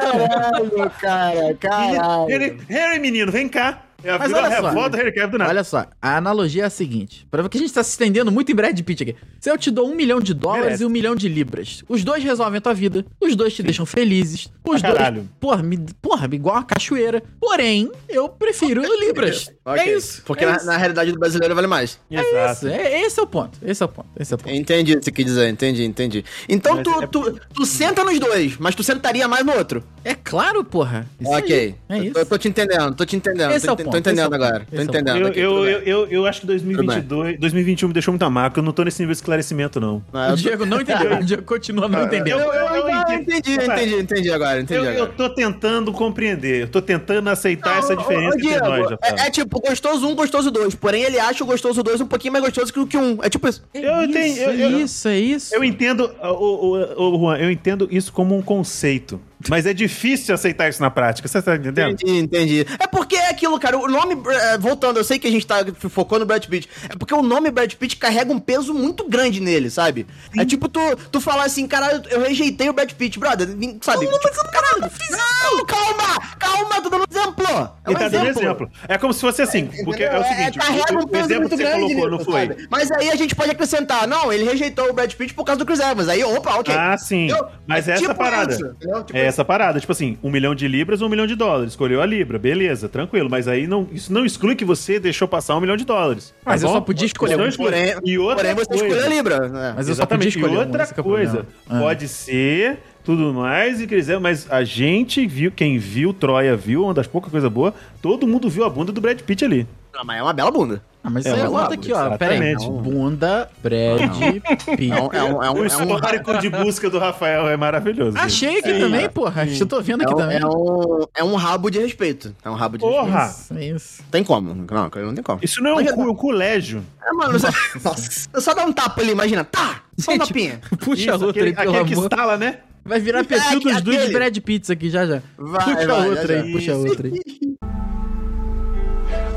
D: Caralho, cara. Caralho.
B: Ele- ele- Harry, menino, vem cá. Ela
A: Mas
B: virou a
A: olha só.
B: avó do Harry Cavill do nada.
A: Olha só, a analogia é a seguinte: para que a gente tá se estendendo muito em Brad Pitt aqui. Se eu te dou um milhão de dólares
B: Merece.
A: e um milhão de libras, os dois resolvem a tua vida, os dois te deixam felizes, os
B: Pra
A: dois.
B: caralho.
A: Porra, me, porra, igual a cachoeira. Porém, eu prefiro libras.
D: Ok,
A: É isso.
D: Porque
A: é
D: na,
A: isso.
D: na realidade do brasileiro vale mais.
A: É isso, é- esse é o ponto. Esse é o ponto. Esse é o ponto.
D: Entendi o que você quer dizer, entendi, entendi. Então
B: Mas
D: tu,
B: é-
D: tu, tu senta nos dois, mas tu sentaria mais no outro.
A: É claro, porra. Isso
D: ok.
A: aí. É
D: Eu-
A: isso.
D: Eu tô te entendendo, tô te entendendo.
A: Esse
D: tô,
A: é o
D: ente-
A: ponto,
D: tô entendendo
A: esse é o
D: agora.
A: ponto,
D: Tô
A: esse é o
D: entendendo.
B: Eu,
D: aqui,
B: eu,
D: tudo bem.
B: eu, eu, eu acho que 2022, 2021 me deixou muito amargo, eu não tô nesse nível de esclarecimento, não.
D: Não, eu
A: O
D: tô-
A: Diego não entendeu. O Diego continua não
D: Eu,
A: entendendo.
D: eu, eu,
B: Eu entendo.
D: entendi, eu entendi, entendi agora, entendi
B: Eu,
D: agora.
B: eu tô tentando compreender, eu tô tentando aceitar essa
D: Ô, ô,
B: diferença
D: ô,
B: entre
D: Diego,
B: nós, Rafael.
D: é, é tipo gostoso um, gostoso dois. Porém, ele acha o gostoso dois um pouquinho mais gostoso que o que um. É tipo isso.
B: eu entendi,
A: Isso,
B: eu- eu-
A: isso, é isso.
B: Eu entendo, ô, ô, ô, Juan, eu entendo isso como um conceito, mas é difícil aceitar isso na prática, você tá entendendo?
D: Entendi, entendi. É porque é aquilo, cara. O nome. é, Voltando, eu sei que a gente tá focando no Brad Pitt. É porque o nome Brad Pitt carrega um peso muito grande nele, sabe? É tipo tu, tu falar assim, caralho, eu rejeitei o Brad Pitt, brother. Sabe? Não, tipo, caralho, não, calma! Calma, tô dando exemplo! É um
B: Ele tá dando exemplo. É como se fosse assim, porque é o seguinte,
D: carrega
B: o,
D: um
B: o
D: peso
B: exemplo
D: muito
B: que você
D: grande,
B: colocou, não
D: nisso,
B: foi?
D: sabe? Mas aí a gente pode acrescentar, não, ele rejeitou o Brad Pitt por causa do Chris Evans. Aí, opa, ok.
B: Ah, sim.
D: Entendeu?
B: Mas é essa
D: Tipo
B: parada.
D: isso, entendeu? Tipo
B: é essa parada. Tipo assim, um milhão de libras ou um milhão de dólares. Escolheu a libra, beleza, tranquilo. Mas aí não, isso não exclui que você deixou passar um milhão de dólares.
A: Mas
B: tá
A: eu só
B: bom?
A: podia escolher
B: Isso não
A: um.
B: exclui.
D: Porém-
B: e outra
D: Porém, você
B: coisa,
D: escolheu a Libra. né?
A: Mas eu só podia
B: Exatamente. E
A: escolher um,
B: outra
A: esse que é o
B: coisa.
A: problema. Ah.
B: Pode ser, tudo mais, e quiser, mas a gente viu, quem viu, Troia viu, uma das poucas coisas boas, todo mundo viu a bunda do Brad Pitt ali.
D: Ah, mas é uma bela bunda.
A: Ah, mas
B: É
A: isso aí
B: um
A: conta
B: rabo,
A: aqui, ó. Pera aí.
B: exatamente.
A: Bunda, Brad, Pitt.
D: É um, é um, é
B: O
D: um, é um,
B: histórico de busca do Rafael é maravilhoso. gente.
A: Ah, Achei aqui também, porra. Eu tô vendo
D: é
A: aqui
D: um-
A: também.
D: é um- é um rabo de respeito. É um rabo de respeito.
B: Porra!
A: Isso, é isso.
D: Não tem como. Não, não tem como.
B: Isso não é um, cu, é um colégio.
D: É, mano, você... Nossa, só dá um tapa ali, imagina. Tá! Só um
A: Gente,
D: tapinha.
A: Puxa a
B: Isso,
A: outra
B: aquele,
A: aí, pelo
B: aquele que
A: amor.
B: estala, né?
A: Vai virar perfil
D: É, aquele-
A: dos dois de
D: aquele.
A: Brad Pitts aqui já já.
D: Vai,
A: puxa a
D: vai,
A: outra
D: já,
A: aí,
D: já.
A: puxa a outra aí.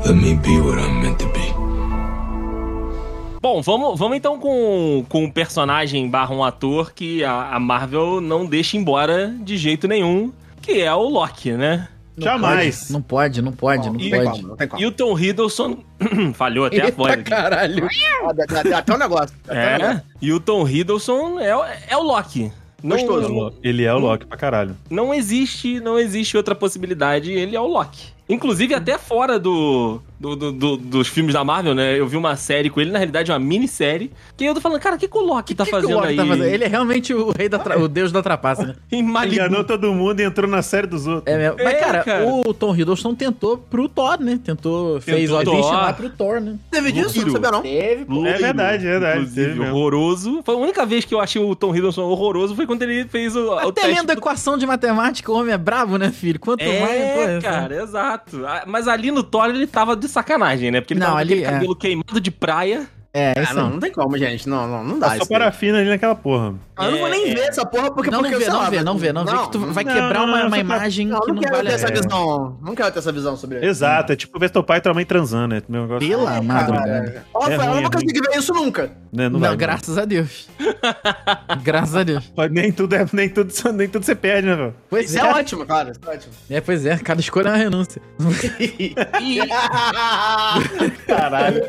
E: Let me be what I'm meant to be.
C: Bom, vamos, vamos então com, com um personagem barra um ator que a, a Marvel não deixa embora de jeito nenhum, que é o Loki, né?
A: Não
B: Jamais.
A: pode, Não pode, não pode, não
D: Não tem
A: pode.
D: como, não tem como.
C: E o Tom Hiddleston falhou até a voz.
A: Eita,
C: aqui.
A: caralho.
D: Ah, dá- dá- dá até um negócio. dá até um negócio.
C: É, e o Tom Hiddleston é, o- é o Loki. Não,
D: Gostoso.
C: não,
B: Ele é o Loki pra caralho.
C: não existe, não existe outra possibilidade, ele é o Loki. Inclusive, até fora do, do- do- do- dos filmes da Marvel, né? Eu vi uma série com ele, na realidade, uma minissérie. Que eu tô falando, cara, o que, que o Loki tá
A: O que que o
C: fazendo
A: Loki
C: aí?
A: tá fazendo? Ele é realmente o rei da tra- o deus da trapaça, né?
C: Em Malibu.
B: Enganou todo mundo e entrou na série dos outros.
A: É mesmo. Mas,
C: Ah, É,
A: cara,
C: cara.
A: o Tom Hiddleston tentou pro Thor, né? Tentou, fez o
C: Thor.
A: audition lá pro Thor, né?
D: Teve disso? Não sabia, não.
F: Teve, pô.
C: Loiro,
B: É verdade, é verdade,
C: Inclusive,
B: teve mesmo.
C: horroroso. Foi a única vez que eu achei o Tom Hiddleston horroroso foi quando ele fez o, o
A: Até
C: teste
A: lendo a
C: do-
A: equação de matemática, o homem é brabo, né, filho? Quanto
C: É,
A: mais... pô,
C: cara, exato. Ah, Mas ali no Thor ele tava de sacanagem, né? Porque ele
A: Não,
C: tava com
A: ali
C: aquele
A: é.
C: cabelo queimado de praia.
A: É, é
D: Ah,
A: isso aí.
D: não, não tem como, gente. Não, não, não dá.
B: Passou
D: Isso aí.
B: parafina ali naquela porra.
D: Ah, eu não vou nem ver essa porra porque
A: Não, não
D: porque,
A: vê,
D: sei
A: não
D: lá,
A: vê,
D: mas-
A: não vê, não vê, que tu vai
B: não,
A: quebrar
B: não,
A: uma,
B: não,
A: uma
B: só pra-
A: imagem
D: Não,
A: que
D: não,
A: não
D: quero
A: vale
D: ter
A: a
D: essa
A: pena.
D: visão. Não quero ter essa visão sobre ele.
B: Exato, é tipo ver teu pai e tua mãe transando, né? Meu negócio.
D: É
A: Pela madrugada.
D: Cara, ó,
B: É
D: Rafael, eu
B: ruim,
D: não
B: é
D: vou conseguir ver isso nunca.
B: Né,
A: Não,
B: vai, né?
A: graças a Deus. graças a Deus.
B: Pode- Nem tudo, é, nem, tudo, nem tudo você perde, né, velho?
A: Pois
D: Isso é
A: é,
D: ótimo, cara. Isso é ótimo.
A: é, pois é, cada escolha é uma renúncia.
B: Caralho.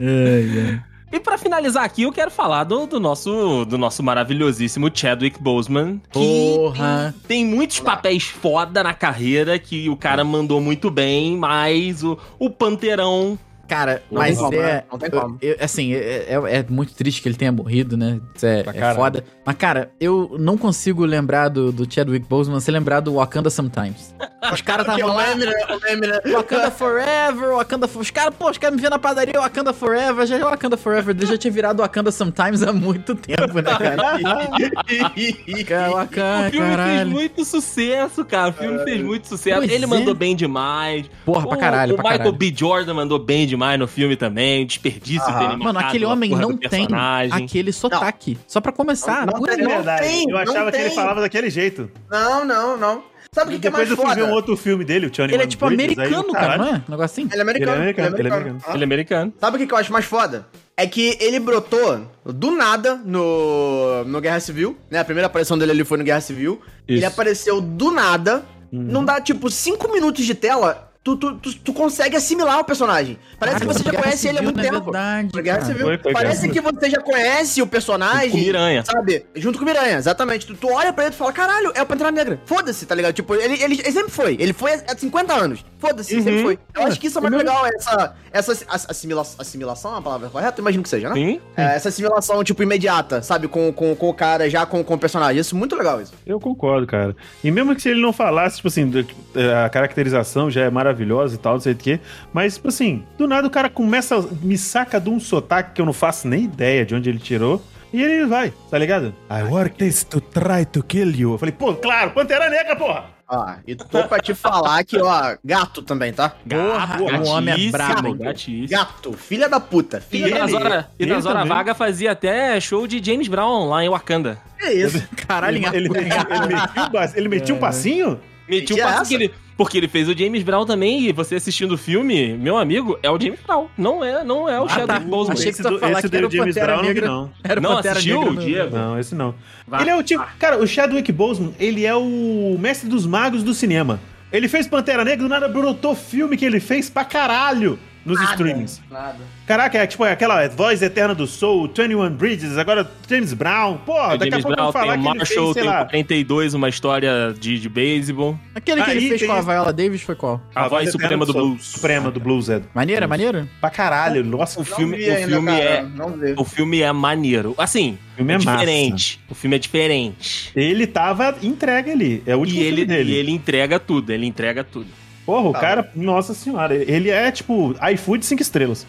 C: E pra finalizar aqui, eu quero falar do, do nosso, do nosso maravilhosíssimo Chadwick Boseman. Que
A: Porra.
C: tem muitos papéis foda na carreira que o cara mandou muito bem, mas o, o Panteirão.
A: Cara,
D: Não
A: mas
D: tem como,
A: é.
D: né? Não tem como.
A: eu- eu- assim, é, é- é muito triste que ele tenha morrido, né? Isso é,
B: Pra
A: é
B: caralho.
A: foda. Mas, cara, eu não consigo lembrar do, do Chadwick Boseman sem lembrar do Wakanda Sometimes. Os caras tá
D: Porque
A: estavam
D: o
A: lá.
D: meme, né? O meme, né?
A: Wakanda Forever, Wakanda Forever. Os caras, pô, os caras me vendo na padaria, Wakanda Forever. Já Wakanda Forever dele já tinha virado Wakanda Sometimes há muito tempo, né, cara? cara
C: O
A: Wakanda,
C: filme fez
A: Ah, caralho.
C: muito sucesso, cara. O filme fez muito sucesso.
A: Pois
C: Ele
A: é.
C: mandou bem demais.
A: Porra, pra caralho,
C: o, o
A: pra
C: Michael
A: caralho.
C: B. Jordan mandou bem demais no filme também. O desperdício
D: Aham.
C: dele
A: Mano, aquele homem não tem aquele sotaque. Só pra começar.
D: Não, não
A: pô,
D: tem,
B: É verdade.
D: tem,
B: eu achava
D: não
B: que ele
D: tem.
B: falava daquele jeito.
D: Não, não, não. Sabe o que,
B: E
D: que é mais
B: depois eu fui ver
D: foda?
B: um outro filme dele, o Johnny
A: Ele é
B: One
A: tipo
B: Bridges, aí eu,
A: americano, cara,
B: caralho,
A: não é? Um negócio assim?
D: Ele é americano.
B: Ele é americano, ele é
D: Ah.
C: Ele é americano.
D: Sabe o que, que eu acho mais foda? É que ele brotou do nada no, no Guerra Civil, né? A primeira aparição dele ali foi no Guerra Civil. Ele apareceu do nada.
B: Uhum.
D: Não dá, tipo, cinco minutos de tela, tu, tu, tu, tu consegue assimilar o personagem.
B: Ah,
D: Parece
A: Cara,
D: que você já
A: Guerra
D: conhece ele há
A: Civil,
D: muito
B: é
A: na
D: tempo.
A: verdade,
D: Foi Guerra
A: cara.
D: Civil.
B: Foi, foi
D: Parece
B: Guerra
D: que você já conhece o personagem.
C: Com Miranha.
D: Sabe? Junto com o Miranha, exatamente. Tu, tu olha pra ele e tu fala, caralho, é o Pantera Negra. Foda-se, tá ligado? Tipo, ele, ele, ele sempre foi. Ele foi há 50 anos. Foda-se,
C: Uhum.
D: sempre foi. Eu acho que isso é mais legal, essa, essa ass- assimila assimilação, é a palavra correta? Eu imagino que seja, né?
C: Sim.
D: É, essa assimilação, tipo, imediata, sabe? Com, com, com o cara, já com, com o personagem. Isso é muito legal, isso.
B: Eu concordo, cara. E mesmo que se ele não falasse, tipo assim, do- eh, a caracterização já é maravilhosa e tal, não sei o quê. Mas, tipo assim, do nada o cara começa, me saca de um sotaque que eu não faço nem ideia de onde ele tirou. E ele vai, tá ligado? I work this to try to kill you. Eu falei, pô, claro, Pantera Negra, porra!
D: Ó, e tô pra te falar que, ó, gato também, tá?
A: Porra,
C: Gato,
A: o homem é
C: gatíssimo,
A: brabo.
C: gatíssimo.
D: Gato, filha da puta.
C: E
D: Filha
C: ele, nas
D: da puta.
C: horas, e nas
B: ele
C: horas
B: também.
C: vagas fazia até show de James Brown lá em Wakanda.
D: É isso.
A: Caralho,
B: Ele,
A: em
B: ele,
A: Wakanda.
B: ele metia o ba- ele metia um passinho?
C: Metiu
D: Que
C: um passo
D: essa?
C: que ele, porque ele fez o James Brown também, e você assistindo o filme, meu amigo, é o James Brown. Não é, não é o
A: Ah,
C: Shadow
A: tá.
C: Boseman.
A: Achei que
B: esse
A: tu ia
B: do-
A: falar
B: esse
A: que
B: do
A: era o
B: James
A: Pantera
B: Brown, eu vi
A: Negra.
B: não.
A: Era o
C: Não
A: Pantera
C: assistiu,
A: Negra, né?
C: Diego?
B: Não, esse não.
C: Vá,
B: ele é o tipo.
D: Ah.
B: Cara, o Chadwick Boseman, ele é o mestre dos magos do cinema. Ele fez Pantera Negra, do nada brotou filme que ele fez pra caralho nos streams.
D: Nada.
B: Caraca, é tipo é aquela voz eterna do Soul, 21 Bridges, agora James Brown. Porra,
C: O
B: Ah, daqui a
C: É, James
B: pouco eu
C: Brown
B: vou
C: tem
B: falar
C: o
B: que ele fez,
C: Marshall,
B: sei
C: tem o
B: lá.
C: 42, uma história de, de beisebol.
A: Aquele que ele
B: Aí
A: fez
B: tem
A: com a
B: isso.
A: Viola Davis foi qual?
C: A, voz
B: eterna
C: suprema do
B: Soul.
C: blues.
B: Suprema do blues, é.
A: Maneira, maneira?
B: Pra caralho, nossa, o
D: Não
B: filme.
D: vi
C: o
D: ainda,
C: filme
D: cara,
C: é-
D: Não vi.
C: O filme é maneiro. Assim,
B: O filme
C: é
B: é massa.
C: diferente. O filme é diferente.
B: Ele tava entregue ali. É o último
C: E ele,
B: filme dele.
C: e ele entrega tudo, ele entrega tudo.
B: Porra, o
D: Tá.
B: cara, nossa senhora, ele é tipo iFood 5 estrelas.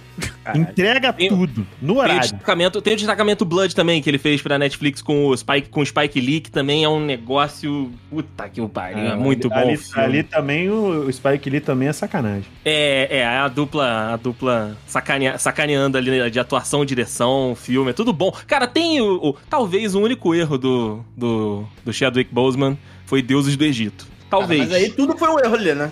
B: Entrega
C: Tem- um
B: tudo, no
C: Tem o,
B: horário.
C: destacamento, tem o destacamento Blood também, que ele fez pra Netflix com o Spike, com o Spike Lee, que também é um negócio. Puta que o pariu, é
B: Ah,
C: muito bom.
B: ali,
C: o filme.
B: ali também o o Spike Lee também é sacanagem.
C: É, é, a dupla, a dupla sacanea- sacaneando ali né, de atuação, direção, filme, é tudo bom. Cara, tem o, o- talvez o único erro do, do, do Chadwick Boseman foi Deuses do Egito. Talvez.
D: Mas aí tudo foi um erro ali, né?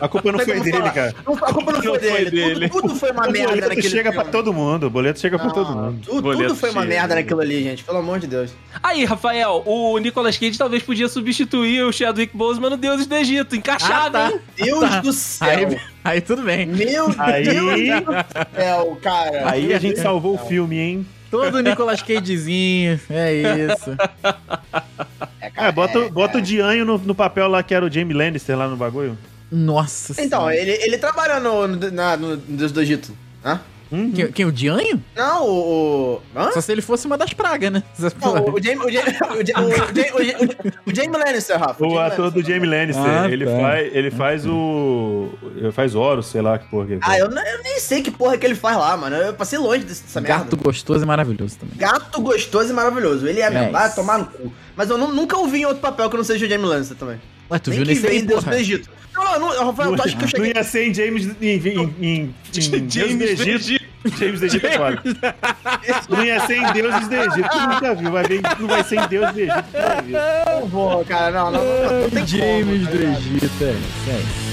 B: A culpa não
D: Tem
B: foi
D: como
B: dele,
D: falar.
B: cara.
D: Não- A culpa não foi dele.
C: dele.
D: Tudo, tudo foi uma
B: O
D: merda
B: boleto
D: naquele
B: chega
D: filme.
B: pra todo mundo. O boleto chega pra
D: Não,
B: todo mundo.
D: tu-
C: Boleto
D: tudo foi uma
C: chega.
D: merda naquilo ali, gente. Pelo amor de Deus.
C: Aí, Rafael, o Nicolas Cage talvez podia substituir o Chadwick Boseman no Deuses do Egito. Encaixado,
A: Ah, tá.
C: hein?
D: Deus
A: Tá.
D: do céu.
A: Aí, aí tudo bem.
D: Meu
B: Aí-
D: Deus do céu, cara.
B: Aí a gente salvou o filme, hein?
A: Todo Nicolas Cagezinho, é isso.
D: É,
B: Ah,
D: cara,
B: bota,
D: é-
B: bota o Dianho no, no papel lá que era o Jamie Lannister lá no bagulho.
A: Nossa
D: Então,
A: senhora.
D: ele, ele trabalha no, no, na- no Deus do Egito. Hã?
B: Uhum.
A: Quem, quem, o Dianho?
D: Não, o. o- Hã?
A: Só se ele fosse uma das pragas, né?
D: Ah. Não, o Jamie. O Jamie. O Jamie, o Jamie, o Jamie Lannister, Rafa.
B: O
D: Jamie
B: ator do
D: Lannister.
B: Jamie Lannister.
A: Ah,
B: ele,
A: tá.
B: faz, ele faz o. Ele faz Oro, sei lá que porra que ele
D: Ah,
B: faz.
D: eu, não- eu nem sei que porra que ele faz lá, mano. Eu passei longe desse- dessa merda.
A: Gato gostoso e maravilhoso também.
D: Gato gostoso e maravilhoso. Ele é,
A: É
D: mesmo. Vai
A: isso.
D: tomar no cu. Mas eu nu- nunca ouvi em outro papel que não seja o Jamie Lannister também.
A: Ué, tu
D: Nem
A: viu
D: que
A: nesse
D: veio em
A: aí,
D: Deus
A: porra?
D: do Egito. Não, não, não Rafael, tu acha que eu
B: Não
D: cheguei...
B: ia ser em James. Em, em, em, em James do Egito. James do Egito é foda. Não ia ser em Deuses do Egito. Tu nunca viu. Vai ver, não vai ser em Deuses do Egito. Tu vai ver.
D: Não vou, cara, não, não, não, não tem como,
A: James
D: tá
A: do
D: ligado?
A: Egito, é isso, é isso.